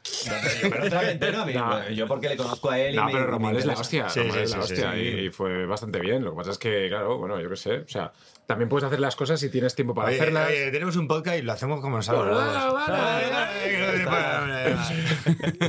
B: Pero otra vez, pero a mí,
A: No.
B: bueno, yo porque le conozco a él y
A: No,
B: me-
A: pero
B: me
A: Romuald es la
B: interesa.
A: hostia.
C: Sí,
A: Romuald
C: sí,
A: es la
C: sí, sí,
A: hostia.
C: sí.
A: Y, y fue bastante bien. Lo que pasa es que, claro, bueno, yo qué sé. O sea, también puedes hacer las cosas si tienes tiempo para
C: Oye,
A: hacerlas.
C: oye, tenemos un podcast y lo hacemos como nos
A: Hola, hola,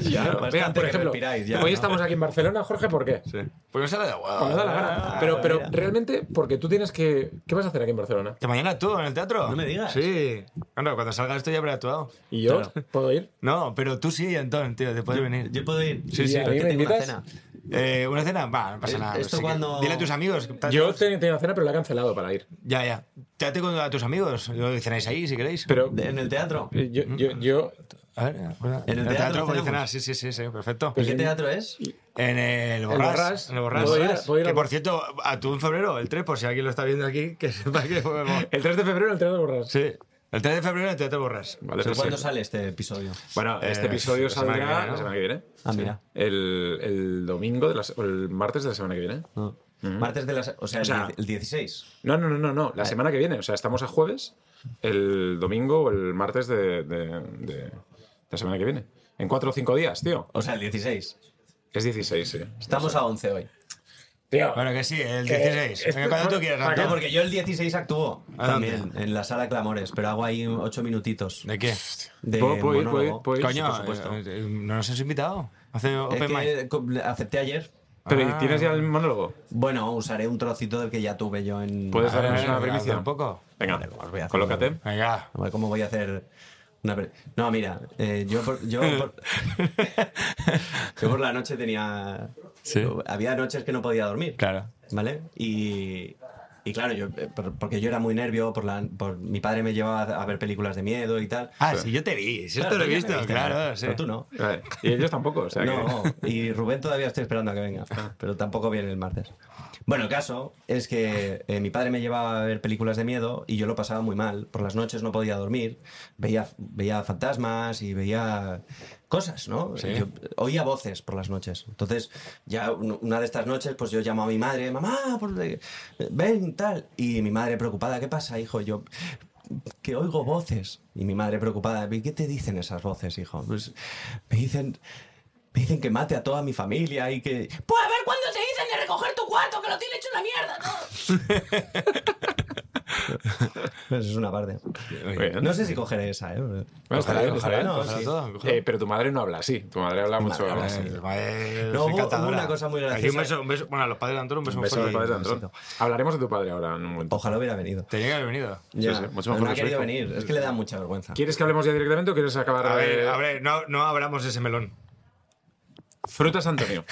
A: Ya, mira,
B: Bastante
A: por
B: que
A: ejemplo,
B: respiráis ya,
A: hoy
B: ¿no?
A: estamos aquí en Barcelona, Jorge, ¿por qué?
C: Porque nos sale de
A: Cuando da la
C: guau.
A: gana. Pero, pero realmente, porque tú tienes que. ¿Qué vas a hacer aquí en Barcelona?
C: ¿Que mañana tú en el teatro?
B: No me digas.
C: Sí. Bueno, cuando salga esto ya habrá actuado.
A: ¿Y yo? ¿Puedo ir?
C: No, pero tú sí, Antón, tío, te puedes venir.
B: Yo puedo ir.
C: Sí, sí.
A: ¿Y a mí
B: Que
A: me
B: tengo una
A: invitas?
B: cena.
C: Eh, ¿Una cena? Va, no pasa nada.
B: Esto
C: que-
B: cuando-
C: Dile a tus amigos. que tal-
A: Yo tenía tenía cena, pero la he cancelado para ir.
C: Ya, ya. Trate con a tus amigos. Lo cenáis ahí, si queréis.
A: Pero
B: ¿En el teatro?
A: eh, yo, yo, yo-
C: A ver, eh, acuerda.
B: En el teatro
C: podéis
B: cenamos.
C: cenar, sí, sí, sí, sí, perfecto.
B: ¿En qué teatro es?
C: En el
A: Pues, Borrás.
C: Borrás. En el Borrás.
A: ¿Puedo ir a- puedo ir a-
C: Que por cierto, a tú en febrero, el 3, por si alguien lo está viendo aquí, que sepa que.
A: El 3 de febrero el teatro borras.
C: Sí. El 3 de febrero en el Teatro Borrás.
A: Vale,
B: ¿Pero
A: perfecto.
B: ¿Cuándo sale este episodio?
A: Bueno,
C: Eh,
A: este episodio
C: la semana que
A: saldrá
C: viene, ¿no?
A: la semana que viene.
B: Ah, mira.
A: El, el domingo de la se- o el martes de la semana que viene.
B: No. Martes de las... O sea,
A: O sea,
B: el die- el 16.
A: No, no, no, no, no. La semana que viene. O sea, estamos a jueves, el domingo o el martes de, de- de la semana que viene. En cuatro o cinco días, tío.
B: O sea, el 16.
A: Es 16, sí.
B: Estamos a 11 hoy.
A: Tío,
C: Bueno, que sí, el
A: Que-
C: 16.
A: Eh,
C: Venga,
A: esto-
C: cuando tú quieras,
A: ¿para qué? Ah,
B: No,
C: Antón.
B: porque yo el 16 actúo
C: ¿A
B: también en la sala Clamores, pero hago ahí 8 minutitos
C: ¿De qué?
B: de
A: ¿Puedo- puedo ir, puedo ir,
B: monólogo.
A: puedo ir?
C: Coño,
B: por supuesto.
C: eh, eh, ¿no nos has invitado? Hace
B: Es
C: Open Mic.
B: que co- acepté ayer.
A: Pero
C: Ah.
A: ¿tienes ya el monólogo?
B: Bueno, usaré un trocito del que ya tuve yo en...
A: ¿Puedes
C: Vale,
A: darnos
C: Ah, venga,
A: una primicia?
C: un poco.
A: Venga,
B: Vale, pues voy a hacer-
A: colócate.
C: Venga.
B: A ver, ¿Cómo voy a hacer una pre- No, mira, eh, yo, por, yo,
A: <laughs>
B: por... <laughs> yo por la noche tenía...
C: Sí.
B: Había noches que no podía dormir.
C: Claro.
B: ¿Vale? Y, y claro, yo, eh, por- porque yo era muy nervio, por la, por, mi padre me llevaba a ver películas de miedo y tal.
C: Ah, sí, yo te vi. Si
B: Claro,
C: esto
B: tú
C: lo he
B: ya me
C: visto,
B: viste,
C: claro.
B: ¿no?
C: sí.
B: Pero tú no.
A: Vale. Y ellos tampoco, o sea que... Ah.
B: No, y Rubén todavía estoy esperando a que venga, pero tampoco viene el martes. Bueno, el caso es que eh, mi padre me llevaba a ver películas de miedo y yo lo pasaba muy mal. Por las noches no podía dormir, veía, veía fantasmas y veía cosas, ¿no?
C: Sí.
B: Yo oía voces por las noches. Entonces, ya un- una de estas noches, pues yo llamo a mi madre, mamá, por- eh, ven, tal. Y mi madre preocupada, ¿qué pasa, hijo? Yo, que oigo voces. Y mi madre preocupada, "¿Y ¿qué te dicen esas voces, hijo? Pues me dicen, me dicen que mate a toda mi familia y que...
D: Pues a ver cuándo te dicen de recoger tu cuarto, que lo tiene hecho una mierda. todo.
B: <laughs> Eso es una parte.
A: Muy bien.
B: No sé si cogeré esa, ¿eh?
A: Bueno, está bien, está
C: Ojalá,
A: bien.
B: no,
C: ojalá
B: sí.
C: todo, ojalá.
A: Eh, pero tu madre no habla así. Tu madre habla mucho.
B: madre habla así.
A: Eh,
B: No, hubo- hubo una cosa muy
C: Aquí un
B: graciosa.
C: beso, un beso- Bueno, a los padres de Antón un beso,
A: un beso
C: fuerte.
A: al padre de Antón.
B: besito. Oh.
A: Hablaremos de tu padre ahora en un momento.
B: Ojalá hubiera venido.
C: Tenía que haber venido.
B: Ya,
A: sí, mucho
B: pero
A: mejor
B: no ha
A: que su
B: querido
A: hijo.
B: venir. Es que le da mucha vergüenza.
A: ¿Quieres que hablemos ya directamente o quieres acabar
C: A ver,
A: de-
C: a ver, no, no abramos ese melón.
A: Frutas Antonio.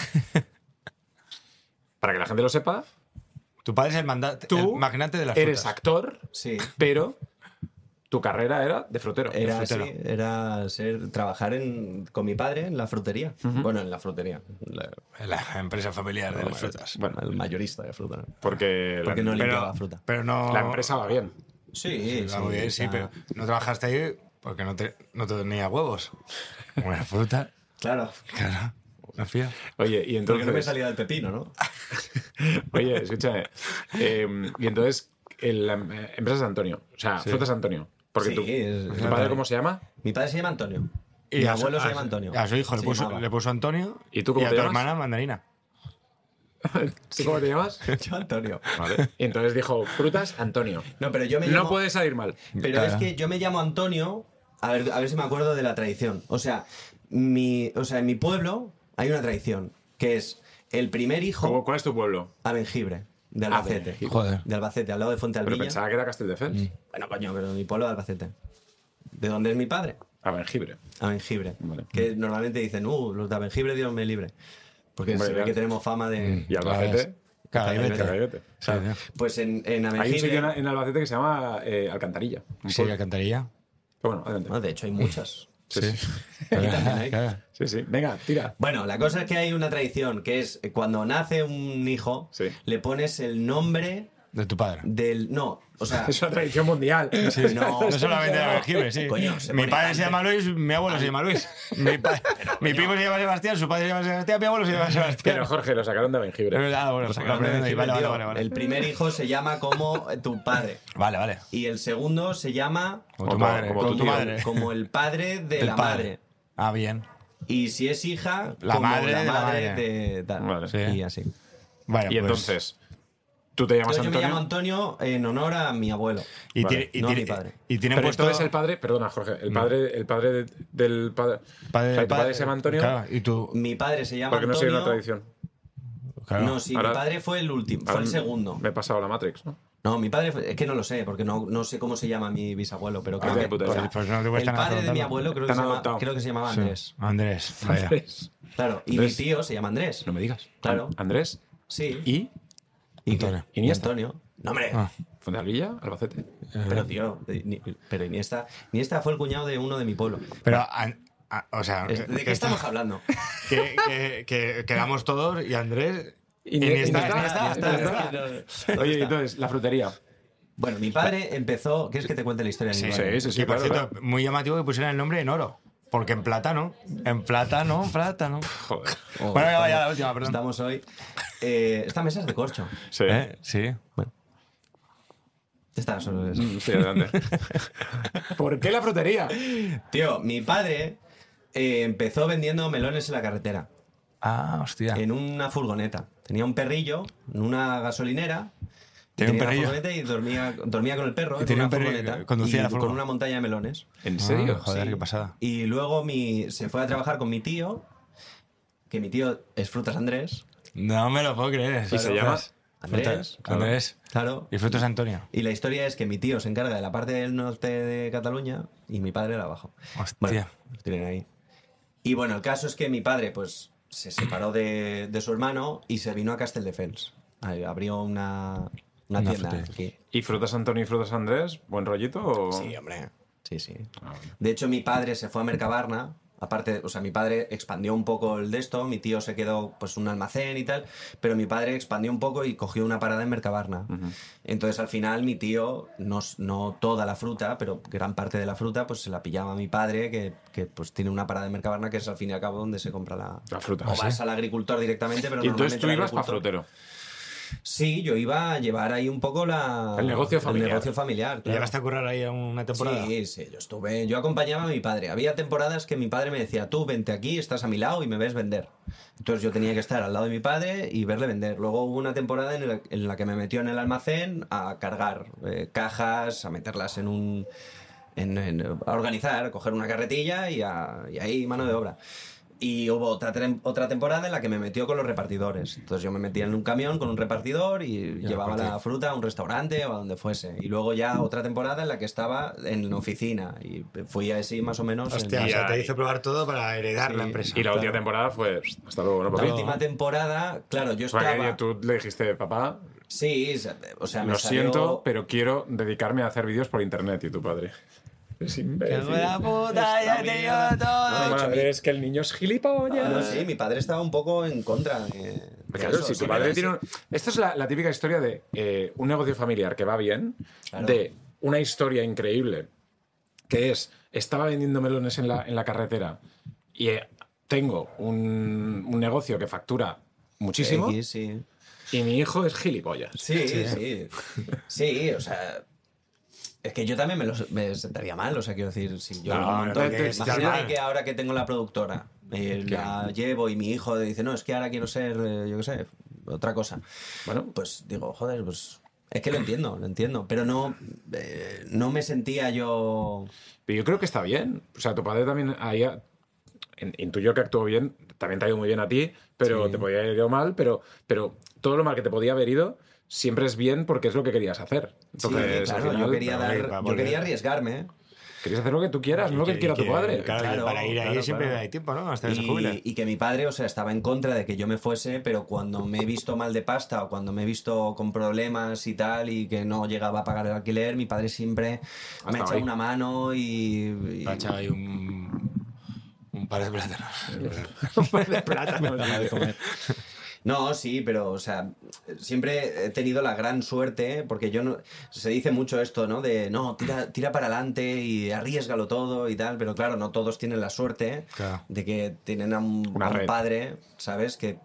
A: Para que la gente lo sepa,
C: Tu padre es el, manda-
A: tú
C: el magnate de las
A: eres
C: frutas.
A: actor,
B: Sí.
A: pero tu carrera era de frutero.
B: Era así,
C: frutero.
B: era ser, trabajar en- con mi padre en la frutería. Bueno, en la frutería. La-
C: La empresa familiar de las frutas.
A: Bueno,
B: el mayorista de fruta. ¿no?
A: porque,
B: Porque
A: la,
B: no limpiaba
C: Pero,
B: fruta.
C: pero no...
A: la empresa va bien.
B: Sí,
C: Sí, va muy bien, sí,
B: está-
C: pero no trabajaste ahí porque no, te, no te tenía huevos. Una fruta,
B: Claro,
C: claro. No fía.
A: Oye, y
B: porque
A: entonces.
B: no me salía del pepino, ¿no?
A: Oye, escúchame. Eh, y entonces, el, la em, eh, empresa es Antonio. O sea, Frutas Antonio. Porque
B: Sí,
A: tu,
B: es-
A: tu
B: es
A: padre,
B: verdad.
A: ¿cómo se llama?
B: Mi padre se llama Antonio. mi
C: a su-
B: abuelo
A: ah,
B: se
C: a-
B: llama Antonio.
C: A su hijo le
B: Se
C: puso,
B: llamaba.
C: le puso Antonio
A: ¿Y tú cómo
C: a
A: te
C: tu
A: llamas?
C: hermana Mandarina.
A: ¿Tú cómo te llamas?
B: <laughs> Yo Antonio.
A: Vale. Y entonces dijo, Frutas Antonio.
B: No, pero yo me llamo...
A: No puede salir mal.
B: Pero
C: Claro.
B: es que yo me llamo Antonio, a ver, a ver si me acuerdo de la tradición. O sea, mi, o sea, en mi pueblo hay una tradición, que es el primer
A: ¿Cómo-
B: hijo
A: ¿Cuál es tu pueblo?
B: a Benjibre, de
A: Ah,
B: Albacete.
A: Benjibre.
C: Joder.
B: De Albacete, al lado de Fuente
A: Pero
B: Alvilla.
A: pensaba que era Casteldefels.
B: Bueno, coño, pero mi pueblo de Albacete. ¿De dónde es mi padre?
A: A Benjibre.
B: A Benjibre.
A: Vale.
B: Que normalmente dicen, uh, los de Benjibre, Dios me libre. Porque
A: Hombre, Mm.
B: se ve
A: claro.
B: que tenemos fama de...
A: Y Albacete.
C: Cagaibete.
A: Cagaibete.
C: Sí,
B: Pues en, en
A: Hay un
B: Abengibre-
A: sitio en, en Albacete que se llama eh, Alcantarilla. un
C: sí. Sí,
A: pueblo.
C: alcantarilla.
A: Pero bueno, adelante.
B: Ah, de hecho, hay muchas.
A: Sí,
C: Sí.
A: sí.
B: también
C: <laughs> Claro.
A: Sí, sí. Venga, tira.
B: <laughs> Bueno, la cosa es que hay una tradición que es eh, cuando nace un hijo,
A: Sí.
B: le pones el nombre
C: De tu padre.
B: del. No, o
C: Ah. <laughs>
B: sea. <laughs>
A: Es una tradición mundial.
B: no,
C: No solamente de Abengibre, sí.
B: Coño, se
C: mi
B: pone
C: padre se
B: tanto.
C: llama Luis, mi abuelo se llama Luis. Mi, pa- <laughs> mi primo se llama Sebastián, su padre se llama Sebastián, mi abuelo se llama Sebastián.
A: Pero Jorge, lo sacaron de
C: Es
A: Benjibre.
C: verdad, ah, bueno,
B: sacaron de
C: vale,
B: Abengibre,
C: vale,
B: tío.
C: vale, vale.
B: pues El primer hijo se llama como eh, tu padre.
C: Vale, vale.
B: Y el segundo se llama
C: Como tu
A: Como-
C: madre.
A: como
C: Como
A: tu
C: tu
A: tío,
C: madre.
B: como el padre de
C: Del
B: la
C: padre.
B: madre.
C: Ah, bien.
B: Y si es hija,
C: La
B: como
C: madre
B: la
C: de la
B: madre
C: madre.
B: de tal.
A: Vale.
C: Sí.
B: Y así.
C: Bueno,
A: Y
C: pues-
A: entonces, tú te llamas
B: Entonces yo me llamo
A: Antonio.
B: Antonio en honor a mi abuelo.
C: Y
A: Vale.
C: tiene- y
B: No,
C: tiene-
B: mi padre.
C: Y tienen
A: Pero
C: puesto.
A: entonces el padre, perdona Jorge, el padre, el padre de- del padre, o
C: padre del
A: sea, tu padre se llama Antonio,
C: Claro, y tú.
B: Mi padre se llama
A: porque no sigue
B: Antonio.
A: una tradición.
C: claro.
B: No, sí,
A: Ahora-
B: mi padre fue el último, fue
A: Ahora
B: el segundo.
A: Me he pasado la Matrix, ¿no?
B: No, mi padre fue- es que no lo sé, porque no, no sé cómo se llama mi bisabuelo, pero creo
A: Ah,
B: que
A: puta,
B: o sea,
A: pues-
C: pues no te
B: el
C: cuesta nada
B: padre de mi
C: preguntarlo.
B: abuelo
A: Te
B: creo que,
A: han
B: se llama,
A: adoptado.
B: creo que se llamaba
C: Sí.
B: Andrés.
C: Andrés. vaya.
B: Claro, y
A: Andrés.
B: mi tío se llama Andrés.
A: No me digas.
B: Claro.
A: Andrés
B: Sí.
A: y
B: ¿Y,
C: Antonio.
B: qué?
A: Iniesta.
B: Antonio. No, hombre.
C: Ah.
A: Fondealvilla, Albacete.
B: Pero tío, ni- pero Iniesta, Iniesta fue el cuñado de uno de mi pueblo.
C: Pero, an- a- o sea.
B: Es- ¿De qué estamos hablando?
C: Que, que, que quedamos todos y Andrés.
A: Y-
C: Y ni
A: y-
C: está,
A: y-
C: ni está,
A: y-
C: ni está, ni está.
A: <laughs> Oye, y entonces, la frutería.
B: Bueno, mi padre empezó. ¿Quieres que te cuente la historia? de mi padre?
A: sí, sí,
C: que, por
A: claro,
C: cierto, muy llamativo que pusieran el nombre en oro. Porque en plátano. En plátano, plátano.
A: Joder.
B: Oh,
C: Bueno, ya,
B: estamos-
C: ya, la última, perdón.
B: Estamos hoy. Eh, esta mesa es de corcho.
A: Sí.
C: ¿Eh? Sí.
B: Esta solo es.
A: Mm, Sí,
B: <laughs>
A: adelante. ¿Por qué la frutería?
B: Tío, mi padre eh, empezó vendiendo melones en la carretera,
C: Ah, hostia.
B: en una furgoneta. Tenía un perrillo en una gasolinera. y
C: Tenía un
B: una
C: perrillo.
B: furgoneta y dormía, dormía con el perro.
C: Y
B: en
C: tenía
B: una
C: un perrillo
B: furgoneta
C: que conducía
B: y
C: la
B: con
C: furgo.
B: una montaña de melones.
A: ¿En serio?
C: Ah, joder,
B: Sí.
C: qué pasada.
B: Y luego mi, se fue a trabajar con mi tío, que mi tío es Frutas Andrés.
C: No me lo puedo creer.
A: Y se llama
B: Andrés, claro.
C: Andrés.
B: Claro.
C: Y Frutos Antonio.
B: Y la historia es que mi tío se encarga de la parte del norte de Cataluña y mi padre de abajo.
C: Hostia.
B: Bueno, lo tienen ahí. Y bueno, el caso es que mi padre pues se separó de, de su hermano y se vino a Castelldefels. Ahí Abrió una, una
C: Una
B: tienda
C: frutería.
B: aquí.
A: ¿Y frutas Antonio y frutas Andrés? ¿Buen rollito o...?
B: Sí, hombre. Sí, sí.
A: Ah, bueno.
B: De hecho, mi padre se fue a Mercabarna. Aparte, o sea, mi padre expandió un poco el de esto, mi tío se quedó pues un almacén y tal, pero mi padre expandió un poco y cogió una parada en Mercabarna. Entonces, al final, mi tío, no, s- no toda la fruta, pero gran parte de la fruta, pues se la pillaba a mi padre, que, que, pues tiene una parada en Mercabarna, que es al fin y al cabo donde se compra la,
A: La fruta.
B: O
A: Ah,
B: vas al agricultor directamente, pero
A: Y entonces
B: normalmente
A: tú
B: el
A: ibas para
B: agricultor-
A: frutero.
B: Sí, yo iba a llevar ahí un poco la...
A: El negocio familiar.
B: El negocio familiar,
C: ¿Le
B: claro.
C: llegaste a currar ahí a una temporada?
B: Sí, sí, yo estuve, yo acompañaba a mi padre. Había temporadas que mi padre me decía, tú vente aquí, estás a mi lado y me ves vender. Entonces yo tenía que estar al lado de mi padre y verle vender. Luego hubo una temporada en la, en la que me metió en el almacén a cargar eh, cajas, a meterlas en un... en- en- a organizar, a coger una carretilla y, a- y ahí mano de obra. Y hubo otra, tem- otra temporada en la que me metió con los repartidores. Entonces yo me metía en un camión con un repartidor y llevaba la
C: repartía.
B: fruta a un restaurante o a donde fuese. Y luego ya otra temporada en la que estaba en la oficina. Y fui así más o menos. en-
C: Hostia, o sea, te hizo probar todo para heredar
B: Sí.
C: la empresa.
A: Y la última temporada fue... Hasta luego, ¿no?
B: La
A: papi?
B: última temporada, claro, yo
A: Porque
B: estaba...
A: tú le dijiste, papá,
B: Sí, se- o sea, me
A: lo
B: salió-
A: siento, pero quiero dedicarme a hacer vídeos por internet y tu padre. Es imbécil.
C: puta,
B: ya te digo todo.
A: Madre,
B: Chami.
A: es que el niño es gilipollas.
B: Ah, No, sí, mi padre estaba un poco en contra de... de
A: Claro,
B: eso,
A: si tu
B: sí,
A: padre
B: pero
A: tiene
B: sí.
A: un- Esto es la, la típica historia de eh, un negocio familiar que va bien,
B: Claro.
A: de una historia increíble, que es, estaba vendiendo melones en la, en la carretera y eh, tengo un, un negocio que factura muchísimo
B: Sí, sí.
A: y mi hijo es gilipollas.
B: Sí, sí. Sí, o sea. Es que yo también me, lo, me sentaría mal, o sea, quiero decir, si yo.
C: No,
B: lo monto-
C: no, que es
B: imagínate
C: normal.
B: que ahora que tengo la productora, eh, la llevo y mi hijo dice, no, es que ahora quiero ser, eh, yo qué sé, otra cosa.
A: Bueno,
B: Pues digo, joder, pues. Es que lo entiendo, lo entiendo, pero no, eh, no me sentía yo.
A: Pero yo creo que está bien. O sea, tu padre también ahí ha- en- intuyo que actuó bien, también te ha ido muy bien a ti, pero te podía haber ido mal, pero, pero todo lo mal que te podía haber ido siempre es bien porque es lo que querías hacer.
B: Sí,
A: Entonces, al
B: claro,
A: final,
B: yo quería,
C: pero
B: dar-
C: oye, va a
B: yo
C: volver.
B: quería arriesgarme. ¿eh?
A: Quieres hacer lo que tú quieras, no lo
C: Y
A: que quiera
C: y
A: tu padre.
C: Claro,
B: Claro,
C: y para ir ahí
A: claro,
C: siempre
A: claro.
C: hay tiempo, ¿no? Hasta que se jubile.
B: Y, y que mi padre, o sea, estaba en contra de que yo me fuese, pero cuando me he visto mal de pasta o cuando me he visto con problemas y tal y que no llegaba a pagar el alquiler, mi padre siempre
A: Ha estado
B: me ha echado
A: ahí.
B: una mano y... y-
C: Ah, Te ha echado ahí un, un par de plátanos.
A: <laughs>
B: <laughs>
A: Plátano, tío.
B: No, sí, pero, o sea, siempre he tenido la gran suerte, porque yo no. Se dice mucho esto, ¿no? De no, tira, tira para adelante y arriesgalo todo y tal, pero claro, no todos tienen la suerte
C: Claro.
B: de que tienen a un,
A: Una
B: a un
A: red.
B: padre, ¿sabes? Que,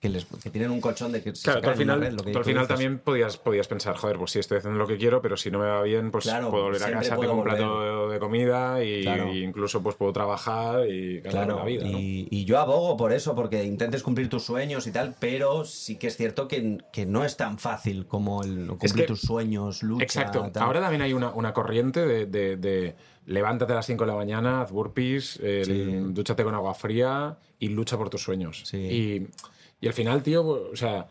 B: que, les, que tienen un colchón de que se
A: Claro, tú
B: sacan
A: al
B: en una
A: final,
B: red, lo que
A: tú al
B: tú
A: final
B: dices.
A: también podías, podías pensar, joder, pues sí, estoy haciendo lo que quiero, pero si no me va bien, pues
B: Claro,
A: puedo volver a
B: siempre
A: casa,
B: puedo
A: tengo un plato
B: volver.
A: de comida y,
B: Claro.
A: y incluso pues puedo trabajar y ganar
B: Claro,
A: una vida, ¿no?
B: y, y yo abogo por eso, porque intentes cumplir tus sueños y tal, pero sí que es cierto que, que no es tan fácil como el cumplir
A: Es que-
B: tus sueños, lucha.
A: Exacto.
B: tal.
A: Ahora también hay una, una corriente de, de- de levántate a las 5 de la mañana, haz burpees, el-
B: Sí.
A: dúchate con agua fría y lucha por tus sueños.
B: Sí.
A: Y, y al final, tío, o sea,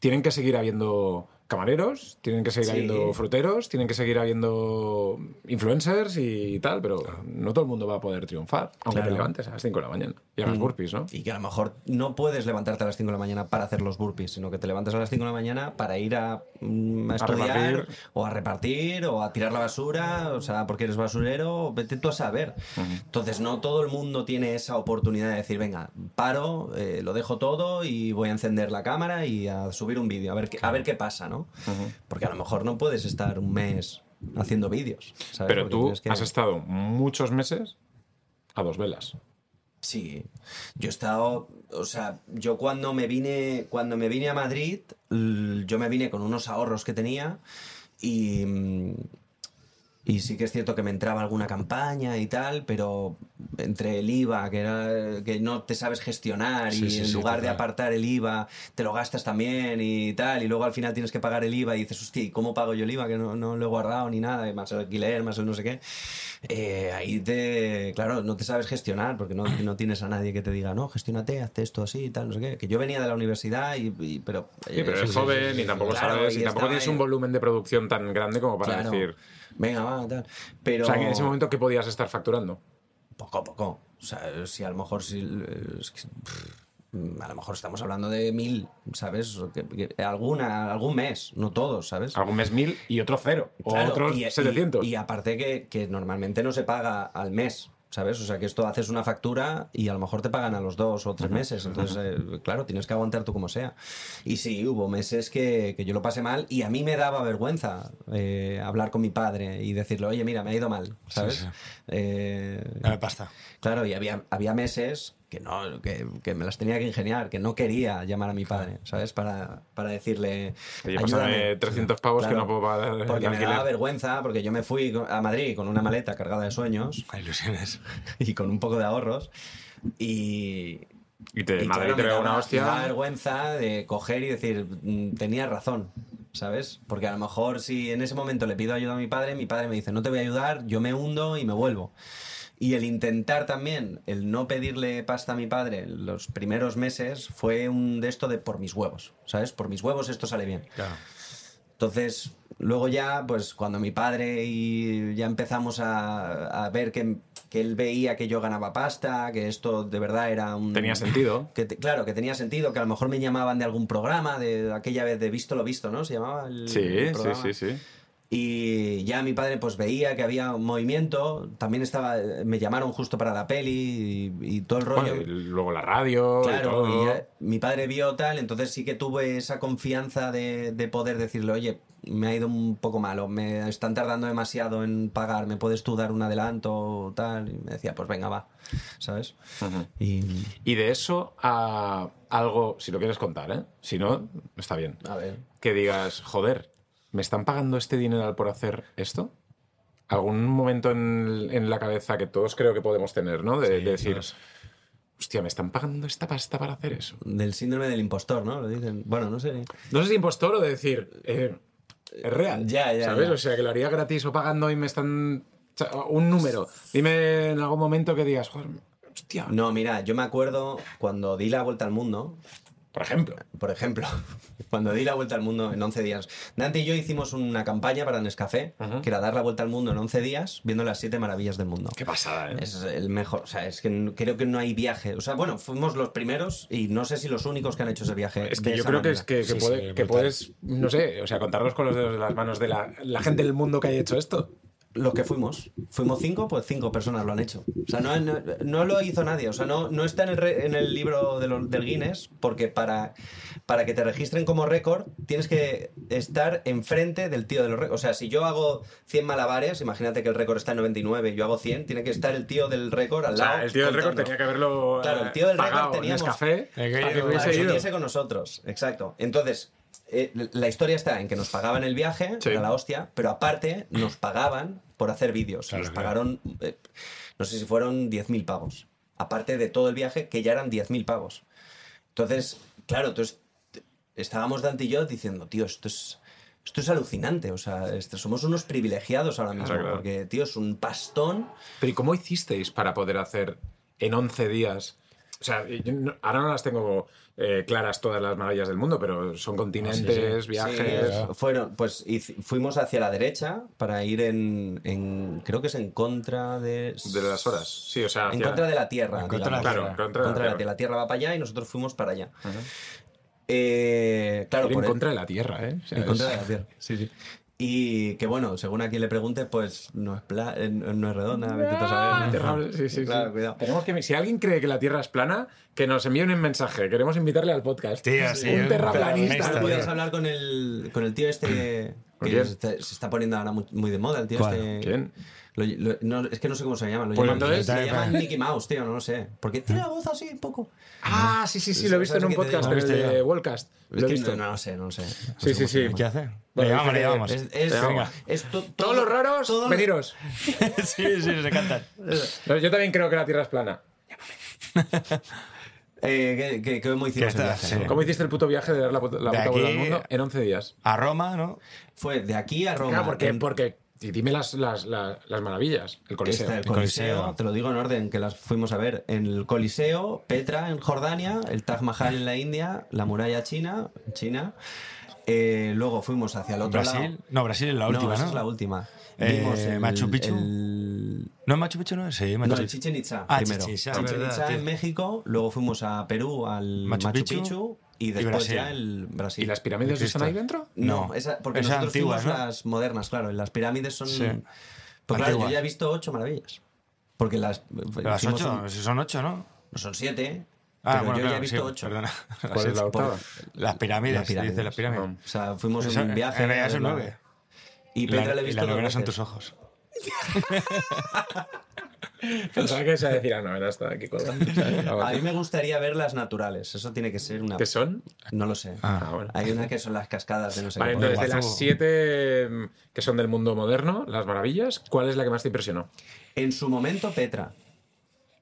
A: tienen que seguir habiendo camareros, tienen que seguir
B: Sí.
A: habiendo fruteros, tienen que seguir habiendo influencers y tal, pero no todo el mundo va a poder triunfar, aunque
B: Ah. Claro. Mm.
A: te levantes a las 5 de la mañana y hagas burpees, ¿no?
B: Y que a lo mejor no puedes levantarte a las 5 de la mañana para hacer los burpees, sino que te levantas a las 5 de la mañana para ir a, mm, a estudiar
A: repartir.
B: o a repartir o a tirar la basura, o sea, porque eres basurero, vete tú a saber. Entonces, no todo el mundo tiene esa oportunidad de decir, venga, paro, eh, lo dejo todo y voy a encender la cámara y a subir un vídeo, a ver qué, a ver qué pasa, ¿no? Porque a lo mejor no puedes estar un mes haciendo vídeos, ¿sabes?
A: Pero
B: Porque
A: tú
B: tienes que-
A: has estado muchos meses a dos velas.
B: Sí, yo he estado, o sea, yo cuando me vine, cuando me vine a Madrid, l- yo me vine con unos ahorros que tenía y, mm, y sí que es cierto que me entraba alguna campaña y tal, pero entre el IVA, que era que no te sabes gestionar
C: Sí,
B: y
C: sí,
B: en
C: sí,
B: lugar de
C: total.
B: apartar el IVA te lo gastas también y tal, y luego al final tienes que pagar el IVA y dices, hostia, ¿y ¿cómo pago yo el IVA? Que no, no lo he guardado ni nada, y más el alquiler, más el no sé qué. Eh, ahí te, claro, no te sabes gestionar porque no, no tienes a nadie que te diga, no, gestiónate, hazte esto así y tal, no sé qué. Que yo venía de la universidad y, y- pero...
A: Sí, pero
B: eh,
A: eres joven y tampoco
B: Claro,
A: sabes, y,
B: y
A: tampoco
B: estaba
A: tienes
B: ahí.
A: un volumen de producción tan grande como para
B: claro,
A: decir.
B: Venga, va, tal. Pero...
A: O sea, que en ese momento, ¿qué podías estar facturando?
B: poco a poco. O sea, si a lo mejor si, eh, es que, pff, a lo mejor estamos hablando de mil, ¿sabes? O que- que alguna, algún mes, no todos, ¿sabes?
A: Algún mes mil y otro cero. O
B: Claro,
A: otros
B: y- y-
A: 700.
B: Y, aparte que, que normalmente no se paga al mes, ¿sabes? O sea, que esto haces una factura y a lo mejor te pagan a los dos o tres meses. Entonces, eh, claro, tienes que aguantar tú como sea. Y sí, hubo meses que, que yo lo pasé mal y a mí me daba vergüenza eh, hablar con mi padre y decirle, oye, mira, me ha ido mal, ¿sabes?
C: sí.
B: Eh,
A: Ah.
C: Dame pasta.
B: Claro, y había, había meses que no, que, que me las tenía que ingeniar, que no quería llamar a mi padre, ¿sabes? Para, para decirle.
A: Oye, pásame
B: "Ayúdame".
A: 300 pavos que no puedo pagar el
B: Porque me
A: alquiler.
B: daba vergüenza, porque yo me fui co- a Madrid con una maleta cargada de sueños <laughs>
C: Hay ilusiones.
B: y con un poco de ahorros. Y.
A: Y te,
B: y
A: Madrid
B: claro,
A: te
B: me
A: pega una
B: daba- Me daba
A: hostia.
B: vergüenza de coger y decir, "Mm, tenía razón, ¿sabes? Porque a lo mejor si en ese momento le pido ayuda a mi padre, mi padre me dice, no te voy a ayudar, yo me hundo y me vuelvo. Y el intentar también, el no pedirle pasta a mi padre los primeros meses fue un de esto de por mis huevos, ¿sabes? Por mis huevos esto sale bien.
C: Claro.
B: Entonces, luego ya, pues cuando mi padre y ya empezamos a, a ver que, que él veía que yo ganaba pasta, que esto de verdad era un...
A: Tenía sentido.
B: Que te- claro, que tenía sentido, que a lo mejor me llamaban de algún programa, de aquella vez de Visto lo Visto, ¿no? Se llamaba el, el
A: Sí, sí,
B: programa.
A: sí, sí.
B: Y ya mi padre pues veía que había un movimiento, también estaba, me llamaron justo para la peli y, y todo el rollo.
A: Bueno, y luego la radio. y
B: Claro,
A: todo.
B: y ya mi padre vio tal, entonces sí que tuve esa confianza de, de poder decirle, oye, me ha ido un poco malo, me están tardando demasiado en pagar, ¿me puedes tú dar un adelanto o tal? Y me decía, pues venga, va, ¿sabes? Y
A: Y de eso a algo, si lo quieres contar, ¿eh? Si no, está bien.
B: a ver,
A: que digas, joder, ¿me están pagando este dinero por hacer esto? Algún momento en, en la cabeza que todos creo que podemos tener, ¿no? De, de decir,
C: todos.
A: hostia, ¿me están pagando esta pasta para hacer eso?
B: del síndrome del impostor, ¿no? Lo dicen, bueno, no sé.
A: No sé si impostor o de decir, eh, es real.
B: Ya, ya,
A: ¿Sabes?
B: ya.
A: O sea, que lo haría gratis o pagando y me están. o sea, Un número. Dime en algún momento que digas, joder, hostia.
B: No, mira, yo me acuerdo cuando di la vuelta al mundo,
A: por ejemplo.
B: Por ejemplo, <laughs> cuando di la vuelta al mundo en 11 días. Dante y yo hicimos una campaña para Nescafé, que era dar la vuelta al mundo en 11 días, viendo las 7 maravillas del mundo.
A: Qué pasada, ¿eh?
B: Es el mejor, o sea, es que n- creo que no hay viaje. O sea, bueno, fuimos los primeros y no sé si los únicos que han hecho ese viaje.
A: Es que
B: de
A: yo
B: esa
A: creo que es
B: manera.
A: que, que
C: Sí,
A: puede-
C: sí,
A: que
C: brutal.
A: puedes, no sé, o sea, contarlos con los dedos de las manos de la, la gente del mundo que haya hecho esto.
B: Los que fuimos. Fuimos cinco, pues cinco personas lo han hecho. O sea, no, no- no lo hizo nadie. O sea, no, no está en el, re- en el libro de los- del Guinness, porque para, para que te registren como récord tienes que estar enfrente del tío de los récords. O sea, si yo hago 100 malabares, imagínate que el récord está en 99 y yo hago 100, tiene que estar el tío del récord al
A: O
B: lado.
A: sea, el tío del récord
B: contando.
A: tenía que haberlo
B: Claro, el
A: eh,
B: tío del récord
A: pagado en
B: teníamos-
A: Nescafé
C: Eh, que-
A: para que
C: que
A: hubiese
B: Para que
A: ido.
B: uniese con nosotros, exacto. Entonces, eh, la historia está en que nos pagaban el viaje,
A: Sí.
B: era la hostia, pero aparte nos pagaban por hacer vídeos.
C: Claro,
B: nos
C: claro.
B: pagaron, eh, no sé si fueron 10.000 pavos. Aparte de todo el viaje, que ya eran 10.000 pavos. Entonces, claro, entonces, t- estábamos Dante y yo diciendo, tío, esto es... Esto es alucinante, o sea, este- somos unos privilegiados ahora mismo,
A: Claro, claro.
B: porque, tío, es un pastón.
A: Pero ¿y cómo hicisteis para poder hacer en 11 días? O sea, yo no- ahora no las tengo eh, claras todas las maravillas del mundo, pero son continentes, viajes.
B: Sí, fueron, pues hici- fuimos hacia la derecha para ir en, en- creo que es en contra de...
A: De las horas. Sí, o sea.
B: En
A: hacia-
B: contra de la Tierra.
C: En contra de la
B: digamos.
A: Claro,
C: Tierra.
A: en contra
B: En
A: de la
B: contra de
A: Tierra.
B: la Tierra. La Tierra va para allá y nosotros fuimos para allá. Eh, claro,
A: Ir en
B: por-
A: contra de la Tierra, ¿eh? O sea,
B: en contra
A: es-
B: de la Tierra. Sí, sí. Y que bueno, según a quien le preguntes, pues no es, pla- eh, no es redonda, vete tú a saber.
A: Ah, Tierra- sí, sí, sí.
B: Claro, cuidado.
A: Tenemos que, si alguien cree que la Tierra es plana, que nos envíe un mensaje. Queremos invitarle al podcast.
C: Sí, así,
A: un
C: un
A: terraplanista.
C: terraplanista,
A: tío.
B: Podrías hablar con el, con el tío este
A: ¿Con
B: que
A: quién?
B: se está, se está poniendo ahora muy, muy de moda, el tío
C: ¿Cuál?
B: este.
A: ¿Quién?
B: Lo- lo- no, es que no sé cómo se llama. Lo
A: Pues
B: llaman,
A: entonces-
B: le llaman Mickey Mouse, tío, no lo sé. Porque tiene la voz así un poco.
A: Ah, sí, sí, sí, lo he visto en
B: ¿Sabes
A: un
B: qué te
A: podcast, en
C: digo?
A: el
C: Lo he visto
A: de
C: yo.
A: Wallcast.
B: Es
A: Lo he
B: que
A: visto.
B: No, no lo sé, no lo sé. No
A: Sí, sí,
B: sé cómo se
A: sí.
B: llama.
C: ¿Qué hace?
A: Bueno,
C: le llamamos, le
A: dice que
B: Es-
C: llamamos.
B: es-
C: Venga.
B: es to-
A: Todos los raros,
B: todo lo-
A: veniros.
C: <laughs> sí, sí, se cantan.
A: No, Yo también creo que la Tierra es plana.
B: Eh, que, que, que muy hicimos
C: Que
B: el
C: está,
B: viaje,
C: sí.
B: ¿no?
A: ¿Cómo hiciste el puto viaje de dar la, puta- la
C: De
A: puta vuelta al
C: aquí-
A: mundo en 11 días?
C: A Roma, ¿no?
B: Fue de aquí a Roma.
A: Claro, porque,
B: en-
A: porque y dime las, las, las, las maravillas. El
B: que está
A: Coliseo.
B: el
C: Coliseo.
B: Coliseo, te lo digo en orden, que las fuimos a ver. En el Coliseo, Petra en Jordania, el Taj Mahal en la India, la muralla china, China. Eh, luego fuimos hacia el otro
C: Brasil.
B: lado.
C: No, Brasil es la
B: no,
C: última,
B: esa
C: ¿no?
B: es la última.
C: Eh,
B: Vimos el,
C: Machu Picchu.
B: el-
C: ¿No es Machu Picchu? No, sí, Machu
B: No, el
C: Picchu.
B: Chichen Itza.
C: Ah,
B: primero.
C: Chichen Itza,
B: Chichen
C: verdad,
B: Itza
C: tío.
B: en México, luego fuimos a Perú, al
C: Machu
B: Machu,
C: Picchu
B: Picchu,
C: y
B: y después
C: Brasil.
B: ya el Brasil.
A: ¿Y las pirámides
C: Cristo.
A: están ahí dentro?
B: No,
C: No,
B: esa, porque
C: esas
B: nosotros
C: antiguas,
B: fuimos
C: ¿no?
B: las modernas, claro. y Las pirámides son.
C: Sí.
B: Pues claro, yo
C: Antiguas.
B: ya he visto ocho maravillas. Porque las.
C: Pero Las
B: hicimos
C: ocho,
B: un-
C: si son ocho, ¿no?
B: no son siete.
C: Ah,
B: pero yo
C: bueno,
B: ya
C: claro,
B: he visto
C: sí,
B: ocho.
C: Perdona.
A: ¿Cuál es la
B: por-
A: octava?
C: Las pirámides,
B: Las pirámides.
C: dice las pirámides.
A: No.
B: O sea, fuimos
C: Eso-
B: en un viaje.
C: en realidad son
B: la-
C: nueve.
B: Y
C: La-
B: Petra le he
C: y
B: visto.
C: la
B: dos
C: novena son
B: veces.
C: tus ojos.
A: Pensaba que se iba a decir, ah, no, era esta de aquí
B: <laughs>
A: colgando. ¿sabes? Algo
B: A mí
A: así.
B: me gustaría ver las naturales. Eso tiene que ser una.
A: ¿Qué son?
B: No lo sé.
A: Ah, bueno.
B: Hay una que son las cascadas de no sé
A: Vale,
B: qué.
A: entonces de
C: Guazú.
A: las siete mm, que son del mundo moderno, las maravillas, ¿cuál es la que más te impresionó?
B: En su momento, Petra.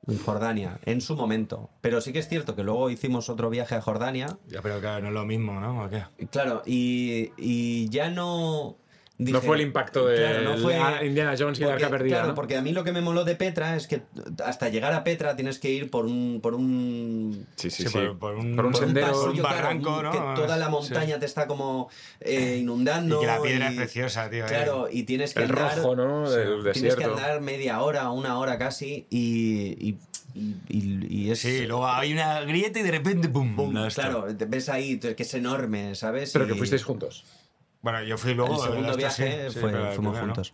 B: En Jordania, en su momento. Pero sí que es cierto que luego hicimos otro viaje a Jordania.
C: Ya, pero claro, no es lo mismo, ¿no? ¿O qué?
B: y Claro, y, y ya no. dije-
A: fue el impacto de la- Indiana Jones y el
B: porque-
A: Arca Perdida,
B: Claro,
A: ¿no?
B: porque a mí lo que me moló de Petra es que hasta llegar a Petra tienes que ir por un. Por un
C: Sí, Por, por un,
A: Por un
B: por
A: sendero,
B: pasillo,
A: un
B: claro,
C: barranco,
B: un-
C: ¿no?
B: Que toda la montaña te está como eh, inundando.
C: Y que la piedra es preciosa, tío, eh.
B: Claro, y tienes que
A: El
B: andar-
A: rojo, ¿no? Del
B: Tienes que
A: desierto.
B: andar media hora, una hora casi, y, y, y, y- y es...
C: Sí, luego hay una grieta y de repente ¡pum!
B: Pum,
C: No, esto.
B: claro, te ves ahí, te- que es enorme, ¿sabes?
A: Pero
B: Y
A: que fuisteis juntos.
C: Bueno, yo fui
B: El
C: luego.
B: segundo
C: ¿verdad? Esto
B: viaje
C: sí, sí,
B: fue-
C: pero el
B: fuimos
C: primero, ¿no?
B: juntos.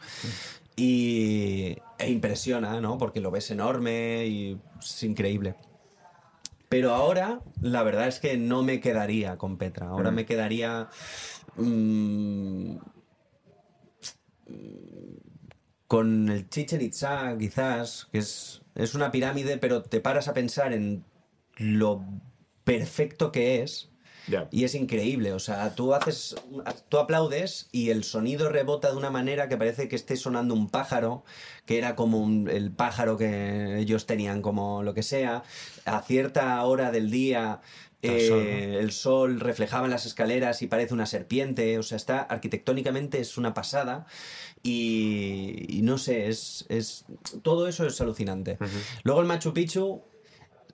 B: Y e impresiona, ¿no? Porque lo ves enorme y es increíble. Pero ahora, la verdad es que no me quedaría con Petra. Ahora me quedaría... mm, con el Chichen Itza, quizás, que es, es una pirámide, pero te paras a pensar en lo perfecto que es
A: Ya.
B: y es increíble. O sea, tú haces, tú aplaudes y el sonido rebota de una manera que parece que esté sonando un pájaro, que era como un- el pájaro que ellos tenían como lo que sea. A cierta hora del día
C: El
B: eh,
C: sol, ¿no?
B: el sol reflejaba en las escaleras y parece una serpiente. O sea, está arquitectónicamente es una pasada. Y, y no sé, es, es todo eso es alucinante. Luego el Machu Picchu,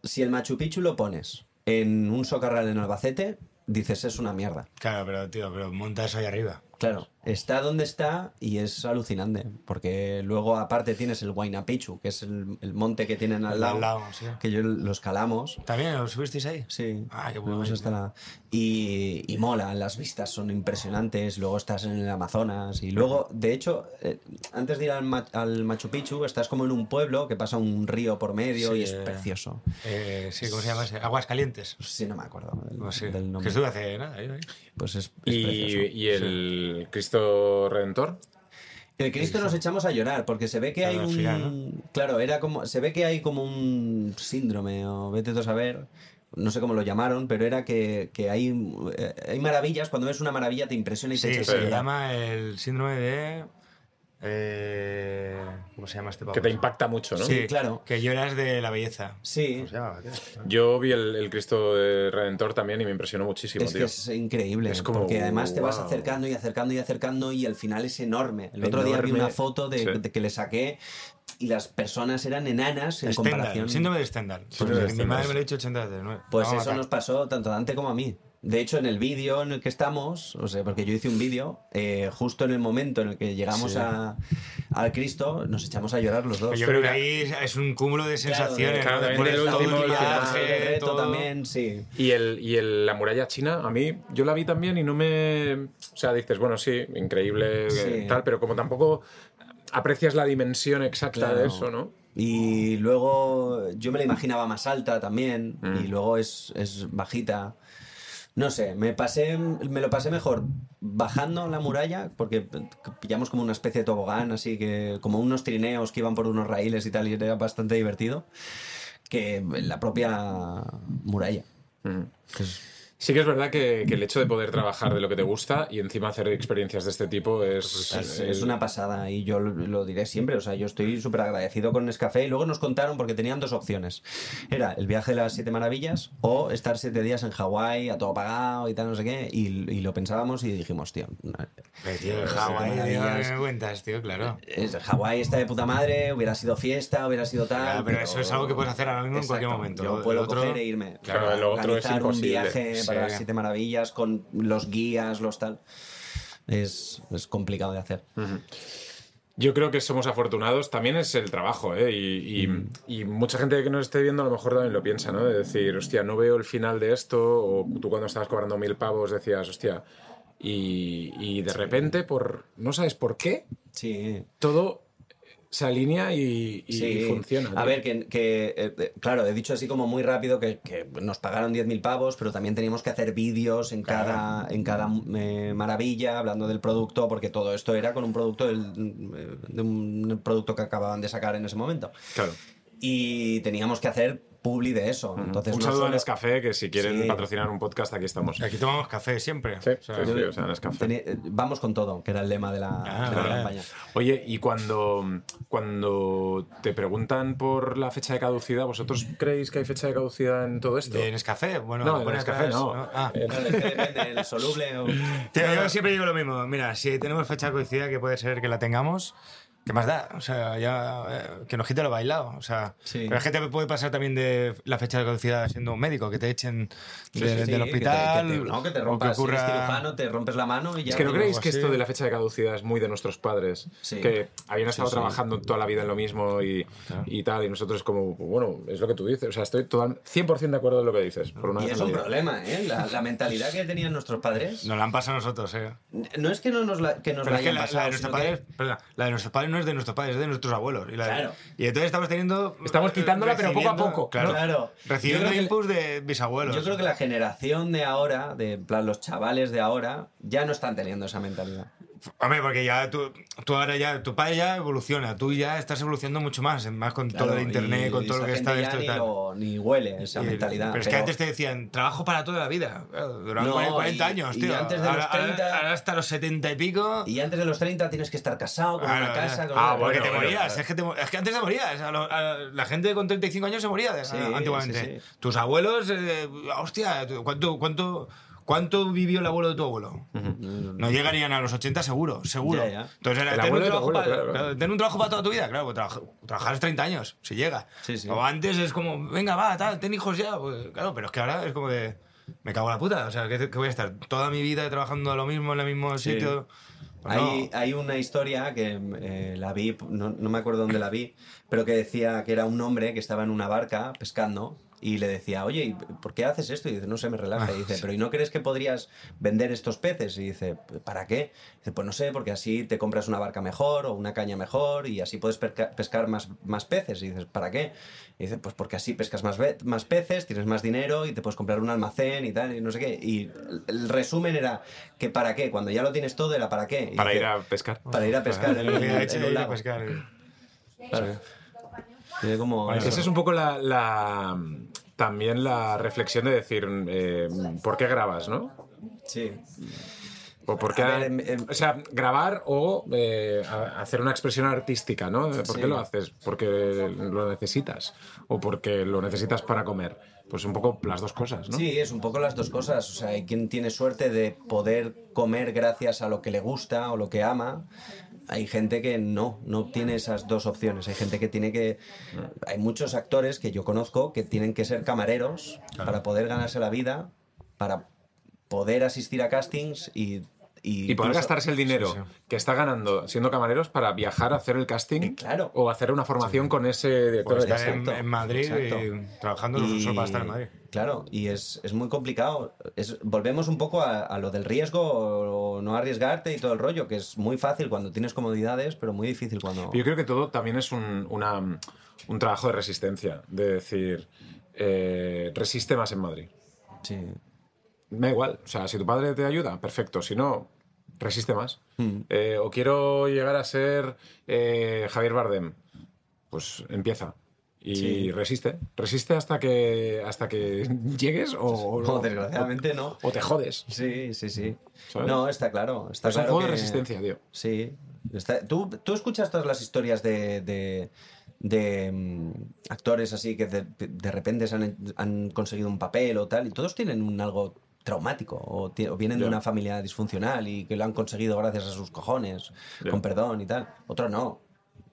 B: si el Machu Picchu lo pones en un socarral en Albacete, dices es una mierda.
C: Claro, pero tío, pero monta eso ahí arriba.
B: Claro, está donde está y es alucinante, porque luego aparte tienes el Huaynapichu, que es el, el monte que tienen al
C: Al
B: lado,
C: lado, sí.
B: que yo los calamos.
C: ¿También lo subisteis ahí?
B: Sí,
C: Ah, qué
B: luego
C: guay,
B: hasta
C: tío.
B: la- y, y mola, las vistas son impresionantes, luego estás en el Amazonas y luego, de hecho, eh, antes de ir al, Ma- al Machu Picchu, estás como en un pueblo que pasa un río por medio
C: Sí,
B: y es
C: eh.
B: precioso.
C: Eh, sí, ¿cómo se llama ese? Aguas Calientes.
B: Sí, no me acuerdo del,
C: No sé.
B: del
C: Que
B: nombre.
C: estuve hace nada. ahí, ahí.
B: Pues es, es
A: Y,
B: precioso.
A: y el Cristo Redentor.
B: El Cristo nos echamos a llorar porque se ve que hay
C: Claro, al final,
B: un claro era como se ve que hay como un síndrome o vete tú a saber no sé cómo lo llamaron pero era que, que hay eh, hay maravillas cuando ves una maravilla te impresiona y te
C: Sí,
B: echas a
C: se
A: sí.
B: llorar.
C: llama el síndrome de. eh, ¿Cómo se llama este pavo?
A: Que te impacta mucho, ¿no?
B: Sí. claro.
C: Que lloras de la belleza.
B: sí
C: ¿Cómo se llama, tío?
A: Yo vi el, el Cristo de Redentor también y me impresionó muchísimo,
B: es
A: tío.
B: que es increíble
A: Es como,
B: porque además te vas
A: wow.
B: acercando y acercando y acercando y al final es enorme el otro día vi
A: Enorme.
B: una foto de,
A: Sí.
B: de que le saqué y las personas eran enanas en
C: Stendhal,
B: comparación
C: el síndrome de Stendhal.
A: Síndrome de
C: Pues mi
A: Stendhal.
C: madre me lo ha dicho 80 veces. ¿no?
B: Pues
C: Vamos
B: eso
C: a matar.
B: nos pasó tanto a Dante como a mí. De hecho, en el vídeo en el que estamos, o sea, porque yo hice un vídeo, eh, justo en el momento en el que llegamos a, al Cristo, nos echamos a llorar los dos.
C: Pues Yo creo que ahí es un cúmulo de sensaciones.
A: claro,
C: ¿no? Te
A: también
C: pones
A: el
C: todo
A: último,
C: el
A: el
B: Ah,
A: final,
C: maquillaje,
B: el reto
C: todo.
B: también, sí.
A: Y, el, y el- la muralla china, a mí, yo la vi también y no me. O sea, dices, bueno, sí, increíble, eh,
B: Sí.
A: tal, pero como tampoco aprecias la dimensión exacta de
B: Claro.
A: eso, ¿no?
B: Y luego yo me la imaginaba más alta también, y luego es, es bajita. No sé, me, pasé, me lo pasé mejor bajando la muralla, porque pillamos como una especie de tobogán, así que como unos trineos que iban por unos raíles y tal, y era bastante divertido, que en la propia muralla.
A: Sí que es verdad que, que el hecho de poder trabajar de lo que te gusta y encima hacer experiencias de este tipo es...
B: Es, es una pasada y yo lo, lo diré siempre. O sea, yo estoy súper agradecido con Nescafé. Y luego nos contaron porque tenían dos opciones. Era el viaje de las siete maravillas o estar siete días en Hawái a todo pagado y tal, no sé qué. Y, y lo pensábamos y dijimos, tío, no,
C: Pero, tío,
B: Siete
C: en Hawái, tío,
B: maravillas.
C: ¿qué me cuentas, tío? Claro.
B: es- Hawái está de puta madre, hubiera sido fiesta, hubiera sido tal.
C: Claro, pero eso es algo que puedes hacer ahora mismo en cualquier momento.
B: Yo
C: Lo
B: puedo
C: otro-
B: coger e irme.
A: Claro, lo otro es
B: Organizar un
A: imposible.
B: viaje para
C: Sí.
B: las siete maravillas con los guías, los tal. Es, es complicado de hacer.
C: Mm.
A: Yo creo que somos afortunados, también es el trabajo, ¿eh? Y, y- y mucha gente que nos esté viendo a lo mejor también lo piensa, ¿no? De decir, hostia, no veo el final de esto, o tú cuando estabas cobrando mil pavos decías, hostia, y, y de repente, por no sabes por qué,
B: Sí.
A: todo se alinea y, y funciona.
B: A
A: tío.
B: ver, que, que, eh, eh, claro, he dicho así como muy rápido que, que nos pagaron 10.000 pavos, pero también teníamos que hacer vídeos en cada, en cada eh, maravilla, hablando del producto, porque todo esto era con un producto, del- eh, de un producto que acababan de sacar en ese momento.
A: Claro.
B: Y teníamos que hacer publi de eso. Entonces,
A: Un
B: no
A: saludo a
B: solo-
A: Nescafé, que si quieren
B: Sí.
A: patrocinar un podcast, aquí estamos.
C: Aquí tomamos café siempre.
A: Sí,
C: o sea,
A: sí, sí, o sea, Nescafé.
B: teni- eh, Vamos con todo, que era el lema de la,
C: Ah,
B: de la
C: vale.
B: campaña.
A: Oye, y cuando, cuando te preguntan por la fecha de caducidad, ¿vosotros creéis que hay fecha de caducidad en todo esto?
C: ¿De Nescafé? Bueno,
A: No,
C: lo
A: de
C: pones
A: Nescafé
C: atrás,
A: no.
C: Ah.
A: Eh,
B: Claro, es que depende del soluble o...
C: Tío, yo siempre digo lo mismo. Mira, si tenemos fecha de coincidencia que puede ser que la tengamos, ¿qué más da? O sea, ya eh, que nos quite lo bailado. O sea,
B: Sí.
C: pero la gente puede pasar también de la fecha de caducidad siendo un médico, que te echen de-
B: Sí, sí,
C: del
B: que te-
C: hospital.
B: Que te, no, que te
C: o
B: rompas, si
C: ocurra-
B: eres cirujano, te rompes la mano y ya.
A: Es que no
B: tío.
A: creéis que
C: así.
A: esto de la fecha de caducidad es muy de nuestros padres,
B: Sí.
A: que habían estado
B: sí.
A: trabajando toda la vida en lo mismo y, y tal, y nosotros como, bueno, es lo que tú dices, o sea, estoy total- 100% de acuerdo en lo que dices. Por una
B: Y
A: vez en
B: es
A: la
B: un
A: vida.
B: problema, ¿eh? La, la mentalidad que tenían nuestros padres.
C: Nos la han pasado a nosotros, eh.
B: No es que no nos la, que nos
C: Pero
B: la
C: es que
B: hayan
C: la,
B: pasado,
C: la de nuestros
B: sino que-
C: padres, perdona, la de nuestros padres no es de nuestros padres, es de nuestros abuelos. Y, la de-
B: Claro.
C: y entonces estamos teniendo. eh,
A: Estamos quitándola, pero poco a
C: recibiendo-
A: poco,
C: Claro.
B: Claro. Yo
C: Recibiendo
B: creo que-
C: inputs de bisabuelos.
B: Yo creo que la generación de ahora, de en plan los chavales de ahora, ya no están teniendo esa mentalidad.
C: Hombre, porque ya tú, tú ahora ya, tu padre ya evoluciona, tú ya estás evolucionando mucho más, más con todo
B: Claro,
C: el internet,
B: y
C: con todo lo
B: esa
C: que está
B: gente ya
C: esto y
B: ni
C: tal.
B: lo- ni huele esa
C: Y-
B: mentalidad.
C: Pero es que antes te decían, trabajo para toda la vida. Durante
B: No,
C: 40
B: y-
C: años,
B: y
C: tío.
B: antes de los
C: ahora, ahora-
B: 30.
C: ahora hasta los 70 y pico.
B: Y antes de los 30 tienes que estar casado con
C: Ah,
B: una
C: no,
B: casa.
C: no.
B: Con
A: Ah,
B: una-
C: Porque
A: bueno,
C: te
A: bueno,
C: morías,
A: claro.
C: Es, que te mo- es que antes te morías. a lo- a la gente con 35 años se moría de-
B: Sí,
C: antiguamente.
B: sí, sí.
C: Tus abuelos, eh, hostia, ¿cuánto, cuánto, ¿Cuánto vivió el abuelo de tu abuelo? No llegarían a los 80 seguro, seguro.
B: Ya, ya.
C: Entonces era
A: El
C: tener un,
A: abuelo de tu
C: trabajo
A: abuelo,
C: para,
A: claro, claro.
C: tener un trabajo para toda tu vida, claro, pues trabajar trabajarás 30 años, si llega.
B: Sí, sí.
C: O antes es como, venga, va, tal, ten hijos ya. pues, claro, pero es que ahora es como de, me cago en la puta. O sea, que, voy a estar toda mi vida trabajando a lo mismo, en el mismo
B: Sí.
C: sitio. Pues no.
B: Hay, hay una historia que eh, la vi, no, no me acuerdo dónde la vi, pero que decía que era un hombre que estaba en una barca pescando y le decía, oye, ¿y ¿por qué haces esto? Y dice, no sé, me relaja. Y
A: Ah,
B: dice, pero ¿y no crees que podrías vender estos peces? Y dice, ¿para qué? Y dice, pues no sé, porque así te compras una barca mejor o una caña mejor y así puedes perca- pescar más, más peces. Y dices, ¿para qué? Y dice, pues porque así pescas más, ve- más peces, tienes más dinero y te puedes comprar un almacén y tal, y no sé qué. Y el- el resumen era que para qué, cuando ya lo tienes todo era para qué. Y
A: Para
B: dice, "Ah,
A: ir a pescar.
B: para ir a pescar ¿eh? en,
C: Lo que
B: en-
C: ha
B: en
C: hecho
B: un
C: ir a
B: lago.
C: pescar.
B: Claro. Tiene como-
C: Bueno,
A: Esa es un poco la, la- también la reflexión de decir, eh, ¿por qué grabas, no?
B: Sí.
A: O por qué-
B: A ver, em, em.
A: o sea, grabar o eh, a- hacer una expresión artística, ¿no? ¿Por qué
B: Sí.
A: lo haces? Porque lo necesitas. O porque lo necesitas para comer. Pues un poco las dos cosas, ¿no?
B: Sí, es un poco las dos cosas. O sea, hay quien tiene suerte de poder comer gracias a lo que le gusta o lo que ama. Hay gente que no, no tiene esas dos opciones. Hay gente que tiene que. Hay muchos actores que yo conozco que tienen que ser camareros para poder ganarse la vida, para poder asistir a castings y. Y,
A: Y poder
B: incluso-
A: gastarse el dinero
C: Sí,
A: que está ganando siendo camareros para viajar a hacer el casting
B: Eh, claro. Pues
A: o hacer una formación con ese...
C: Por
A: con-
C: estar en,
B: exacto,
C: en Madrid
B: exacto.
C: y trabajando solo para estar en Madrid.
B: Claro, y es, es muy complicado. Es- volvemos un poco a, a lo del riesgo o no arriesgarte y todo el rollo, que es muy fácil cuando tienes comodidades, pero muy difícil cuando...
A: Yo creo que todo también es un, una- un trabajo de resistencia, de decir, eh, resiste más en Madrid.
B: Sí.
A: Me da igual, o sea, si tu padre te ayuda, perfecto, si no, resiste más.
B: Hmm.
A: Eh, o quiero llegar a ser eh, Javier Bardem, pues empieza. Y
B: Sí.
A: resiste, resiste hasta que hasta que <laughs> llegues o, o-
B: No, desgraciadamente no.
A: o te jodes.
B: Sí, sí, sí.
A: ¿Sabes?
B: No, está claro. Está
A: es un
B: claro
A: juego de
B: que-
A: resistencia, tío.
B: Sí. Está- ¿Tú, tú escuchas todas las historias de, de- de, mm, actores así que de, de repente se han, han conseguido un papel o tal, y todos tienen un algo traumático, o, ti- o vienen
A: Ya.
B: de una familia disfuncional y que lo han conseguido gracias a sus cojones,
A: Ya.
B: con perdón y tal. Otros no.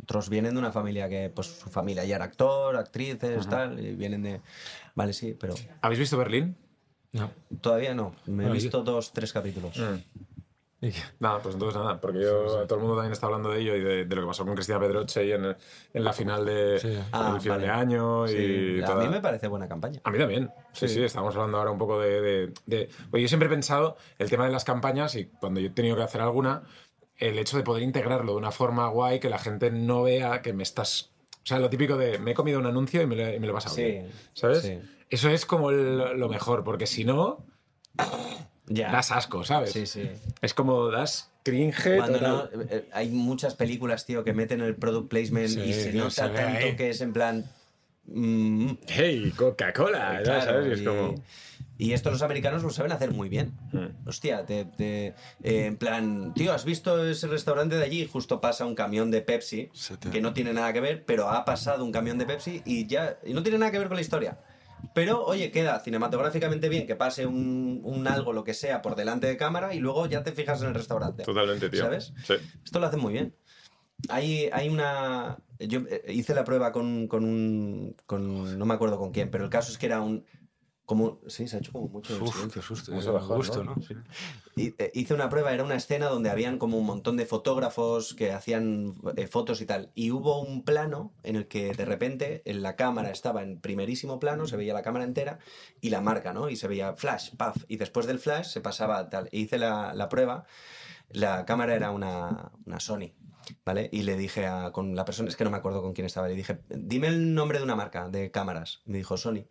B: Otros vienen de una familia que, pues, su familia ya era actor, actrices, tal, y vienen de... Vale, sí, pero
A: ¿Habéis visto Berlín?
B: todavía no. Me he
C: Bueno, yo-
B: visto dos, tres capítulos.
A: Nada, pues entonces nada, porque yo, todo el mundo también está hablando de ello y de, de lo que pasó con Cristina Pedroche y en, en la final de
C: Sí.
A: en el
B: Ah,
A: final
B: vale.
A: de año y
B: Sí, a
A: toda-
B: mí me parece buena campaña.
A: A mí también. Sí, sí, estábamos hablando ahora un poco de, de- de- Oye, yo siempre he pensado el tema de las campañas y cuando yo he tenido que hacer alguna, el hecho de poder integrarlo de una forma guay que la gente no vea que me estás... O sea, lo típico de me he comido un anuncio y me lo, y me lo he pasado
B: Sí,
A: bien, ¿Sabes?
B: sí.
A: Eso es como el- lo mejor, porque si no,
B: Ya.
A: das asco, ¿sabes?
B: Sí, sí.
A: Es como das cringe.
B: Eh, Cuando no,
A: total.
B: eh, hay muchas películas, tío, que meten el product placement
C: Sí,
B: y se
C: no
B: nota
C: se ve
B: tanto
A: eh.
C: ahí.
B: que es en plan. mm,
A: ¡Hey, Coca-Cola! ¿no?
B: claro,
A: Ah, ¿Sabes? Y es
B: y-
A: como... Mm.
B: y esto los americanos lo saben hacer muy bien. Hostia, te, te- eh, en plan, tío, ¿has visto ese restaurante de allí? Justo pasa un camión de Pepsi,
C: Se te-
B: que no tiene nada que ver, pero ha pasado un camión de Pepsi y ya y no tiene nada que ver con la historia. Pero, oye, queda cinematográficamente bien que pase un, un algo, lo que sea, por delante de cámara y luego ya te fijas en el restaurante.
A: Totalmente, tío.
B: ¿Sabes?
A: Sí.
B: Esto lo hacen muy bien. Hay, hay una. Yo eh, hice la prueba con, con un. con- no me acuerdo con quién, pero el caso es que era un. Como, sí, se ha hecho como mucho. el
C: Uf,
B: silencio.
C: qué susto.
A: Vamos
C: qué
A: a bajar,
C: gusto,
A: ¿no?
C: ¿no?
A: Sí.
B: Y, eh, Hice una prueba, era una escena donde habían como un montón de fotógrafos que hacían eh, fotos y tal. Y hubo un plano en el que de repente en la cámara estaba en primerísimo plano, se veía la cámara entera y la marca, ¿no? Y se veía flash, puff. Y después del flash se pasaba a tal. E hice la, la prueba, la cámara era una, una Sony. ¿Vale? Y le dije a, con la persona, es que no me acuerdo con quién estaba, le dije, dime el nombre de una marca de cámaras. Me dijo Sony.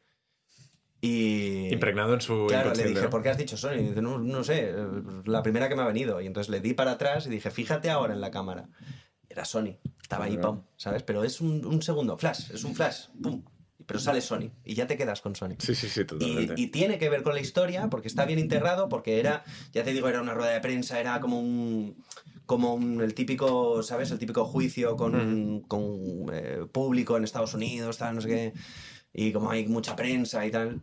B: Y...
A: Impregnado en su
B: Claro, le
A: inconsciente,
B: dije,
A: ¿no?
B: ¿por qué has dicho Sony? Y dice, no, no sé, eh, la primera que me ha venido. Y entonces le di para atrás y dije, fíjate ahora en la cámara. Era Sony, estaba ahí, pam, ¿sabes? Pero es un, un segundo, flash, es un flash, pum. Pero sale Sony y ya te quedas con Sony.
A: Sí, sí, sí,
B: Y,
A: totalmente.
B: y tiene que ver con la historia porque está bien integrado, porque era, ya te digo, era una rueda de prensa, era como un como un- el típico, ¿sabes? El típico juicio con, con, eh, público en Estados Unidos, tal, no sé qué. Y como hay mucha prensa y tal.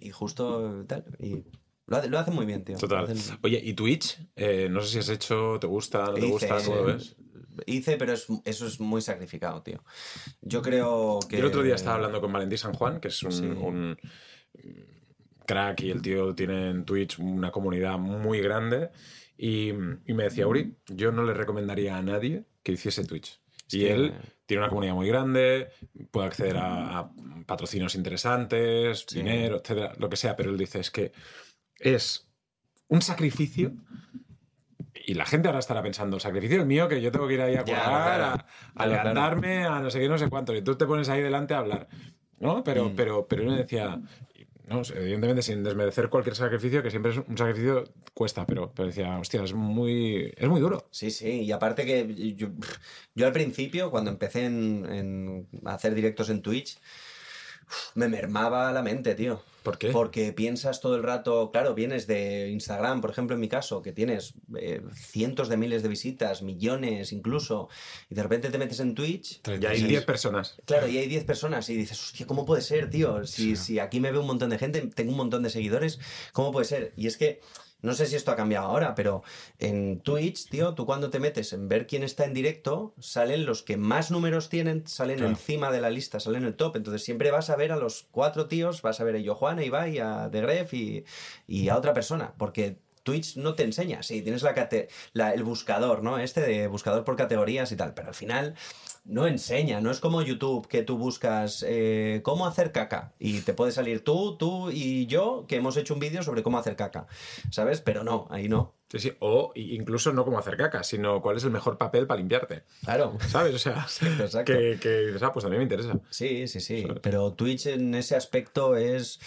B: Y justo eh, tal. Y Lo, hace- lo hacen muy bien, tío.
A: Total.
B: Lo hacen-
A: Oye, ¿y Twitch? Eh, no sé si has hecho, ¿te gusta? ¿No te
B: Hice,
A: gusta? ¿Cómo lo ves?
B: Hice, pero es- eso es muy sacrificado, tío. Yo creo que.
A: Yo el otro día estaba hablando con Valentí San Juan, que es un,
B: Sí.
A: un crack y el tío tiene en Twitch una comunidad muy grande. Y, y me decía, Uri, yo no le recomendaría a nadie que hiciese Twitch. Y
B: que-
A: él tiene una comunidad muy grande, puede acceder a, a patrocinios interesantes, dinero, etcétera, lo que sea. Pero él dice, es que es un sacrificio. Y la gente ahora estará pensando, el sacrificio es mío, que yo tengo que ir ahí a
B: Ya,
A: curar,
B: claro.
A: a, a
B: Claro, claro.
A: levantarme, a no sé qué, no sé cuánto. Y tú te pones ahí delante a hablar. ¿No? Pero,
B: Mm.
A: pero, pero él me decía. No, evidentemente sin desmerecer cualquier sacrificio, que siempre es un sacrificio cuesta, pero, pero decía, hostia, es muy, es muy duro.
B: Sí, sí, y aparte que yo, <laughs> yo al principio, cuando empecé en, en hacer directos en Twitch, uf, me mermaba la mente, tío.
A: ¿Por qué?
B: Porque piensas todo el rato, claro, vienes de Instagram, por ejemplo, en mi caso, que tienes eh, cientos de miles de visitas, millones incluso, y de repente te metes en Twitch.
A: Y hay 10 personas.
B: Claro, y hay 10 personas y dices, hostia, ¿cómo puede ser, tío? Si, si aquí me ve un montón de gente, tengo un montón de seguidores, ¿cómo puede ser? Y es que, no sé si esto ha cambiado ahora, pero en Twitch, tío, tú cuando te metes en ver quién está en directo, salen los que más números tienen, salen encima de la lista, salen en el top. Entonces siempre vas a ver a los cuatro tíos, vas a ver a yo, Juan, a Ibai, a The Gref y, y a otra persona, porque... Twitch no te enseña, sí, tienes la cate- la- el buscador, ¿no? Este de buscador por categorías y tal, pero al final no enseña, no es como YouTube que tú buscas eh, cómo hacer caca y te puede salir tú, tú y yo que hemos hecho un vídeo sobre cómo hacer caca, ¿sabes? Pero no, ahí no.
A: Sí, sí. O i- incluso no como hacer caca, sino cuál es el mejor papel para limpiarte.
B: Claro. <laughs>
A: ¿Sabes? O sea,
B: Exacto, exacto.
A: que, que dices, ah, pues también me interesa.
B: Sí, sí, sí. Pero Twitch en ese aspecto es.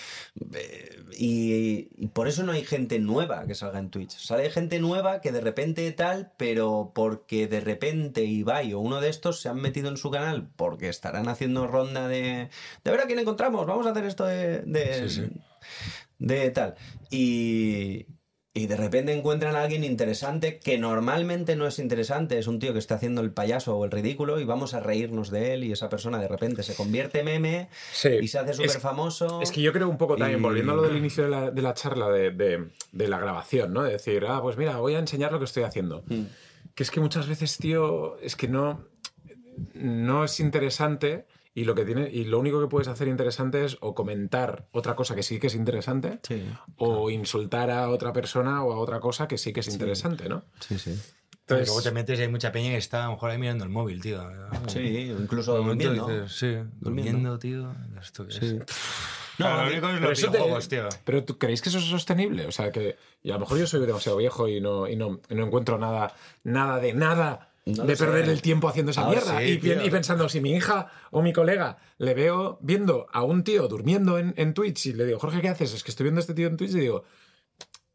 B: eh, y, y por eso no hay gente nueva que salga en Twitch. Sale gente nueva que de repente tal, pero porque de repente Ibai o uno de estos se han metido en su canal porque estarán haciendo ronda de. De ver a quién encontramos, vamos a hacer esto de. de
A: Sí, sí.
B: De tal. Y. Y de repente encuentran a alguien interesante que normalmente no es interesante, es un tío que está haciendo el payaso o el ridículo y vamos a reírnos de él y esa persona de repente se convierte meme
C: Eh,
A: Sí.
B: y se hace
A: Es-
B: súper famoso.
A: Es que yo creo un poco también,
B: Y-
A: volviendo a lo del inicio de la, de la charla, de, de- de la grabación, ¿no? De decir, ah, pues mira, voy a enseñar lo que estoy haciendo. Que es que muchas veces, tío, es que no, no es interesante y lo, que tiene, y lo único que puedes hacer interesante es o comentar otra cosa que sí que es interesante
B: Sí,
A: o insultar a otra persona o a otra cosa que sí que es interesante, ¿no?
B: sí, sí.
A: Entonces,
C: luego te metes y hay mucha peña que está a lo mejor ahí mirando el móvil, tío.
B: Sí, incluso
C: De momento
B: durmiendo.
C: dices, sí, durmiendo, tío. ¿Esto qué es? No,
A: Claro,
C: lo único es
A: pero
C: los
A: eso te-
C: videojuegos, tío.
A: Pero ¿tú creéis que eso es sostenible? O sea, que y a lo mejor yo soy demasiado viejo y no, y no, y no encuentro nada, nada de nada
B: No
A: de
B: lo sé. Ah,
A: perder el tiempo haciendo esa
C: Ahora
A: mierda.
C: sí,
A: y, pi-
C: tío.
A: y pensando, si mi hija o mi colega le veo viendo a un tío durmiendo en, en Twitch y le digo, Jorge, ¿qué haces? Es que estoy viendo a este tío en Twitch y digo,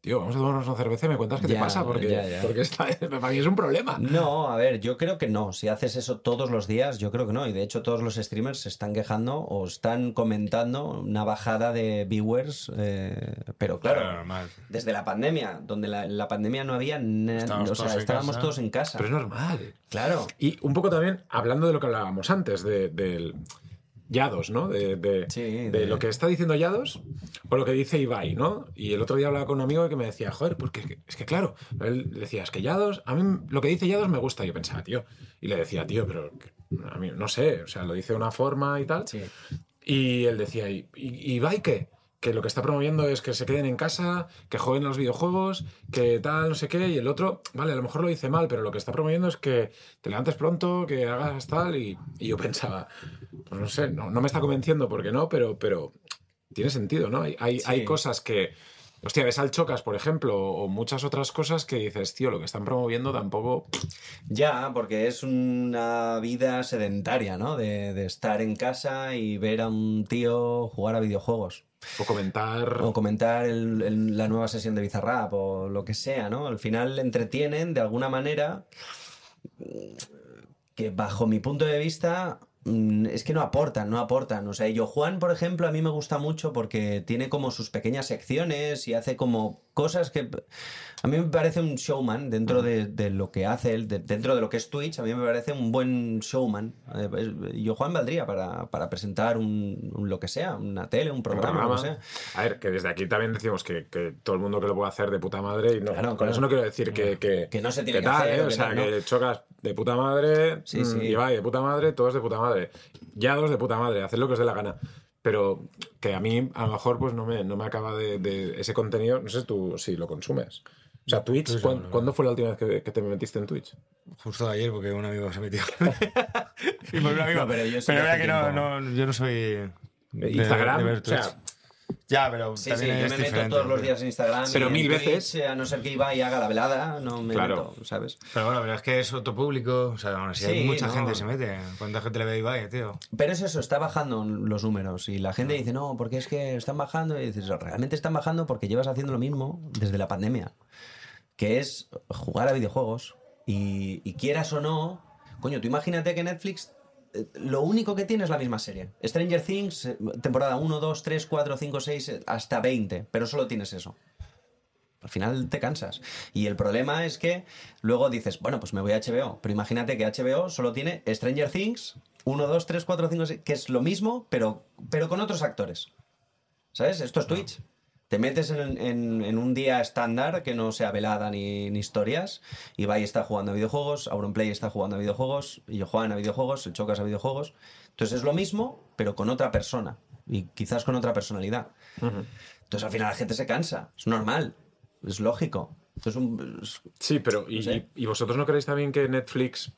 A: tío, vamos a tomarnos una cerveza y me cuentas qué te
B: Ya,
A: pasa, porque,
B: ya, ya.
A: porque está- <laughs> para mí es un problema.
B: No, a ver, yo creo que no. Si haces eso todos los días, yo creo que no. Y de hecho, todos los streamers se están quejando o están comentando una bajada de viewers. eh, pero claro,
C: Claro, normal.
B: desde la pandemia, donde la, en la pandemia no había nada.
C: Estábamos
B: O sea,
C: todos en
B: estábamos
C: casa.
B: todos en casa.
A: Pero es normal.
B: Claro.
A: Y un poco también hablando de lo que hablábamos antes, de- del Yados, ¿no? De, de-
B: Sí,
A: de
B: de-
A: lo que está diciendo Yados o lo que dice Ibai, ¿no? Y el otro día hablaba con un amigo que me decía, joder, porque es que, es que claro, él decía, es que Yados, a mí lo que dice Yados me gusta, yo pensaba, tío. Y le decía, tío, pero a mí no sé, o sea, lo dice de una forma y tal.
B: Sí.
A: Y él decía, ¿y, y, y Ibai qué? Que lo que está promoviendo es que se queden en casa, que jueguen a los videojuegos, que tal, no sé qué. Y el otro, vale, a lo mejor lo dice mal, pero lo que está promoviendo es que te levantes pronto, que hagas tal. Y, y yo pensaba, pues no sé, no, no me está convenciendo porque no, pero, pero tiene sentido, ¿no? Hay, hay, hay cosas que. Hostia, ves al Chocas, por ejemplo, o muchas otras cosas que dices, tío, lo que están promoviendo tampoco.
B: Ya, porque es una vida sedentaria, ¿no? De, de estar en casa y ver a un tío jugar a videojuegos.
A: O comentar.
B: O comentar el- el- la nueva sesión de Bizarrap o lo que sea, ¿no? Al final le entretienen de alguna manera que bajo mi punto de vista mm, es que no aportan, no aportan. O sea, yo Juan, por ejemplo, a mí me gusta mucho porque tiene como sus pequeñas secciones y hace como cosas que... A mí me parece un showman dentro de, de lo que hace él, de- dentro de lo que es Twitch, a mí me parece un buen showman. Eh, es- Yo Juan valdría para, para presentar un, un lo que sea, una tele, un
A: Un
B: programa, lo que sea.
A: A ver, que desde aquí también decimos que, que todo el mundo que lo pueda hacer de puta madre. Y no,
B: Claro,
A: con
B: claro.
A: eso no quiero decir que. Que,
B: Que no se tiene que
A: tal,
B: hacer,
A: ¿eh? O
B: que
A: sea,
B: tal,
A: que
B: ¿no?
A: chocas de puta madre.
B: Sí,
A: mm,
B: sí.
A: Y va, de puta madre, todos de puta madre. Ya dos de puta madre, haced lo que os dé la gana. Pero que a mí, a lo mejor, pues no me, no me acaba de, de ese contenido. No sé tú si lo consumes. O sea, Twitch, ¿cuán- ¿cuándo, fue la última vez que, que te metiste en Twitch?
C: Justo ayer, porque un amigo se metió. y por un amigo.
B: No, pero
C: pero
B: yo sí
C: la verdad
B: hace
C: que no,
B: tiempo.
C: no, yo no soy. de-
A: Instagram,
C: de ver
A: o sea,
C: Twitch. ya, pero
B: Sí, sí,
C: también
B: yo
C: es
B: me meto
C: diferente,
B: todos los
C: porque-
B: días en Instagram. y
A: Pero
B: en
A: mil
B: Twitch,
A: veces.
B: eh, A no ser que iba y haga la velada, no me
A: Claro.
B: meto, ¿sabes?
C: Pero bueno, pero es que es otro público. O sea, aún así hay
B: Sí,
C: mucha
B: no.
C: gente que se mete. ¿Cuánta gente le ve a Ibai, tío?
B: Pero es eso, está bajando los números y la gente dice, no, porque es que están bajando. Y dices, realmente están bajando porque llevas haciendo lo mismo desde la pandemia, que es jugar a videojuegos. Y, y quieras o no, coño, tú imagínate que Netflix eh, lo único que tiene es la misma serie. Stranger Things, eh, temporada 1, 2, 3, 4, 5, 6, eh, hasta 20, pero solo tienes eso. Al final te cansas. Y el problema es que luego dices, bueno, pues me voy a HBO. Pero imagínate que HBO solo tiene Stranger Things 1, 2, 3, 4, 5, 6, que es lo mismo, pero, pero con otros actores. ¿Sabes? Esto es Twitch. Te metes en, en- en un día estándar que no sea velada ni, ni historias. Ibai está jugando a videojuegos, Auronplay está jugando a videojuegos, y yo juegan a videojuegos, el Chocas a videojuegos. Entonces es lo mismo, pero con otra persona. Y quizás con otra personalidad. Entonces al final la gente se cansa. Es normal. Es lógico. Entonces, un- es-
A: Sí, pero y,
B: No sé.
A: y- y vosotros no creéis también que Netflix...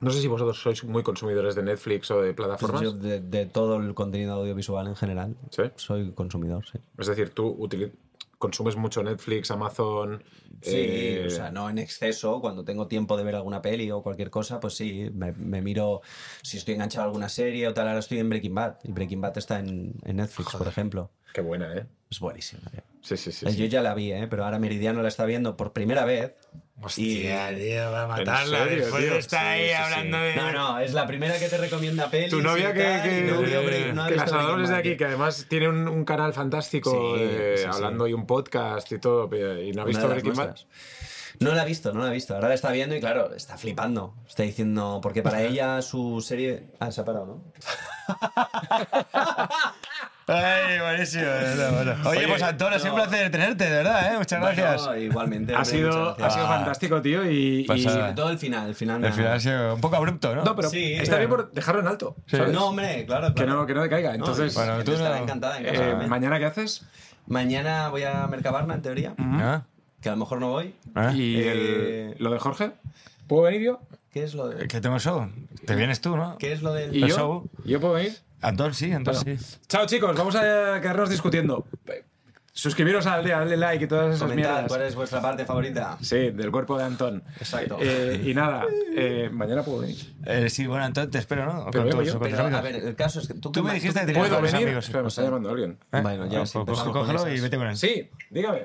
A: No sé si vosotros sois muy consumidores de Netflix o de plataformas.
B: yo de, de todo el contenido audiovisual en general
A: Sí.
B: soy consumidor, sí.
A: Es decir, tú utili- consumes mucho Netflix, Amazon...
B: Sí,
A: eh,
B: o sea, no en exceso. Cuando tengo tiempo de ver alguna peli o cualquier cosa, pues sí, me, me miro si estoy enganchado a alguna serie o tal. Ahora estoy en Breaking Bad y Breaking Bad está en, en Netflix, por ejemplo.
A: Qué buena, ¿eh?
B: Es buenísima. tío.
A: Sí, sí, sí.
B: Eh,
A: sí.
B: Yo ya la vi, ¿eh? pero ahora Meridiano la está viendo por primera vez.
C: Hostia, tío, va a matarla.
A: serio,
C: después
A: tío?
C: de estar
A: Sí,
C: ahí
A: sí, sí.
C: hablando de.
B: No, no, es la primera que te recomienda peli.
A: Tu novia que, que, eh, que las adorables de aquí, que además tiene un, un canal fantástico
B: Sí,
A: eh,
B: sí, sí.
A: hablando y un podcast y todo, pe- y no ha visto
B: Una de las
A: Breaking Bad.
B: nuestras. No la ha visto, no la ha visto. Ahora la está viendo y claro, está flipando. Está diciendo, porque para ella su serie... Ah, se ha parado, ¿no?
C: Ay, buenísimo. bueno, bueno.
B: <laughs>
C: Oye,
A: Oye,
C: pues Antora, es un placer tenerte, de verdad, ¿eh? Muchas gracias.
B: Bueno, igualmente.
A: Ha
B: hombre,
A: sido,
B: muchas
A: ha
B: gracias.
A: sido fantástico, tío, y... y-
C: Pasada.
B: Sobre todo el final, el final.
C: Al
B: nada.
C: final ha sido un poco abrupto, ¿no?
A: no, pero
B: Sí,
A: está bien
C: pero-
A: por dejarlo en alto,
C: Sí.
A: ¿sabes?
B: No, hombre, claro.
A: que,
B: claro.
A: no, que no decaiga. Entonces,
C: bueno,
B: la
C: tú
B: gente estará
C: no-
B: encantada. en
A: eh,
B: casa también.
A: ¿mañana qué haces?
B: Mañana voy a Mercabarna, en teoría,
C: ¿Ah?
B: que a lo mejor no voy.
C: ¿Ah?
A: ¿Y
B: Eh,
A: el- lo de Jorge? ¿Puedo venir yo?
B: ¿Qué es lo, de-
C: Que tengo show. Te vienes tú, ¿no?
B: qué es lo del...?
A: ¿Y
C: ¿El
A: yo?
C: show?
A: ¿Yo puedo venir?
C: Antón sí, Antón sí.
A: Chao chicos, vamos a quedarnos discutiendo. Suscribiros al día, darle like y todas esas
B: Comentar cuál
A: mierdas.
B: es vuestra parte favorita.
A: Sí, del cuerpo de Antón.
B: Exacto.
A: Eh, y nada, eh, mañana puedo venir.
C: Eh, sí, bueno, Antón, te espero, ¿no?
A: Pero vengo yo.
C: con
B: Pero, a ver, el caso es que... Tú,
C: Tú me dijiste que tenías
A: ¿Puedo
C: varios
A: venir?
C: amigos.
A: Espera, me está llamando alguien.
C: ¿Eh?
B: Bueno, ya
C: Ah,
B: sí,
C: pues
B: empezamos con
C: Cógelo
B: esas.
C: y vete con él.
A: Sí, dígame.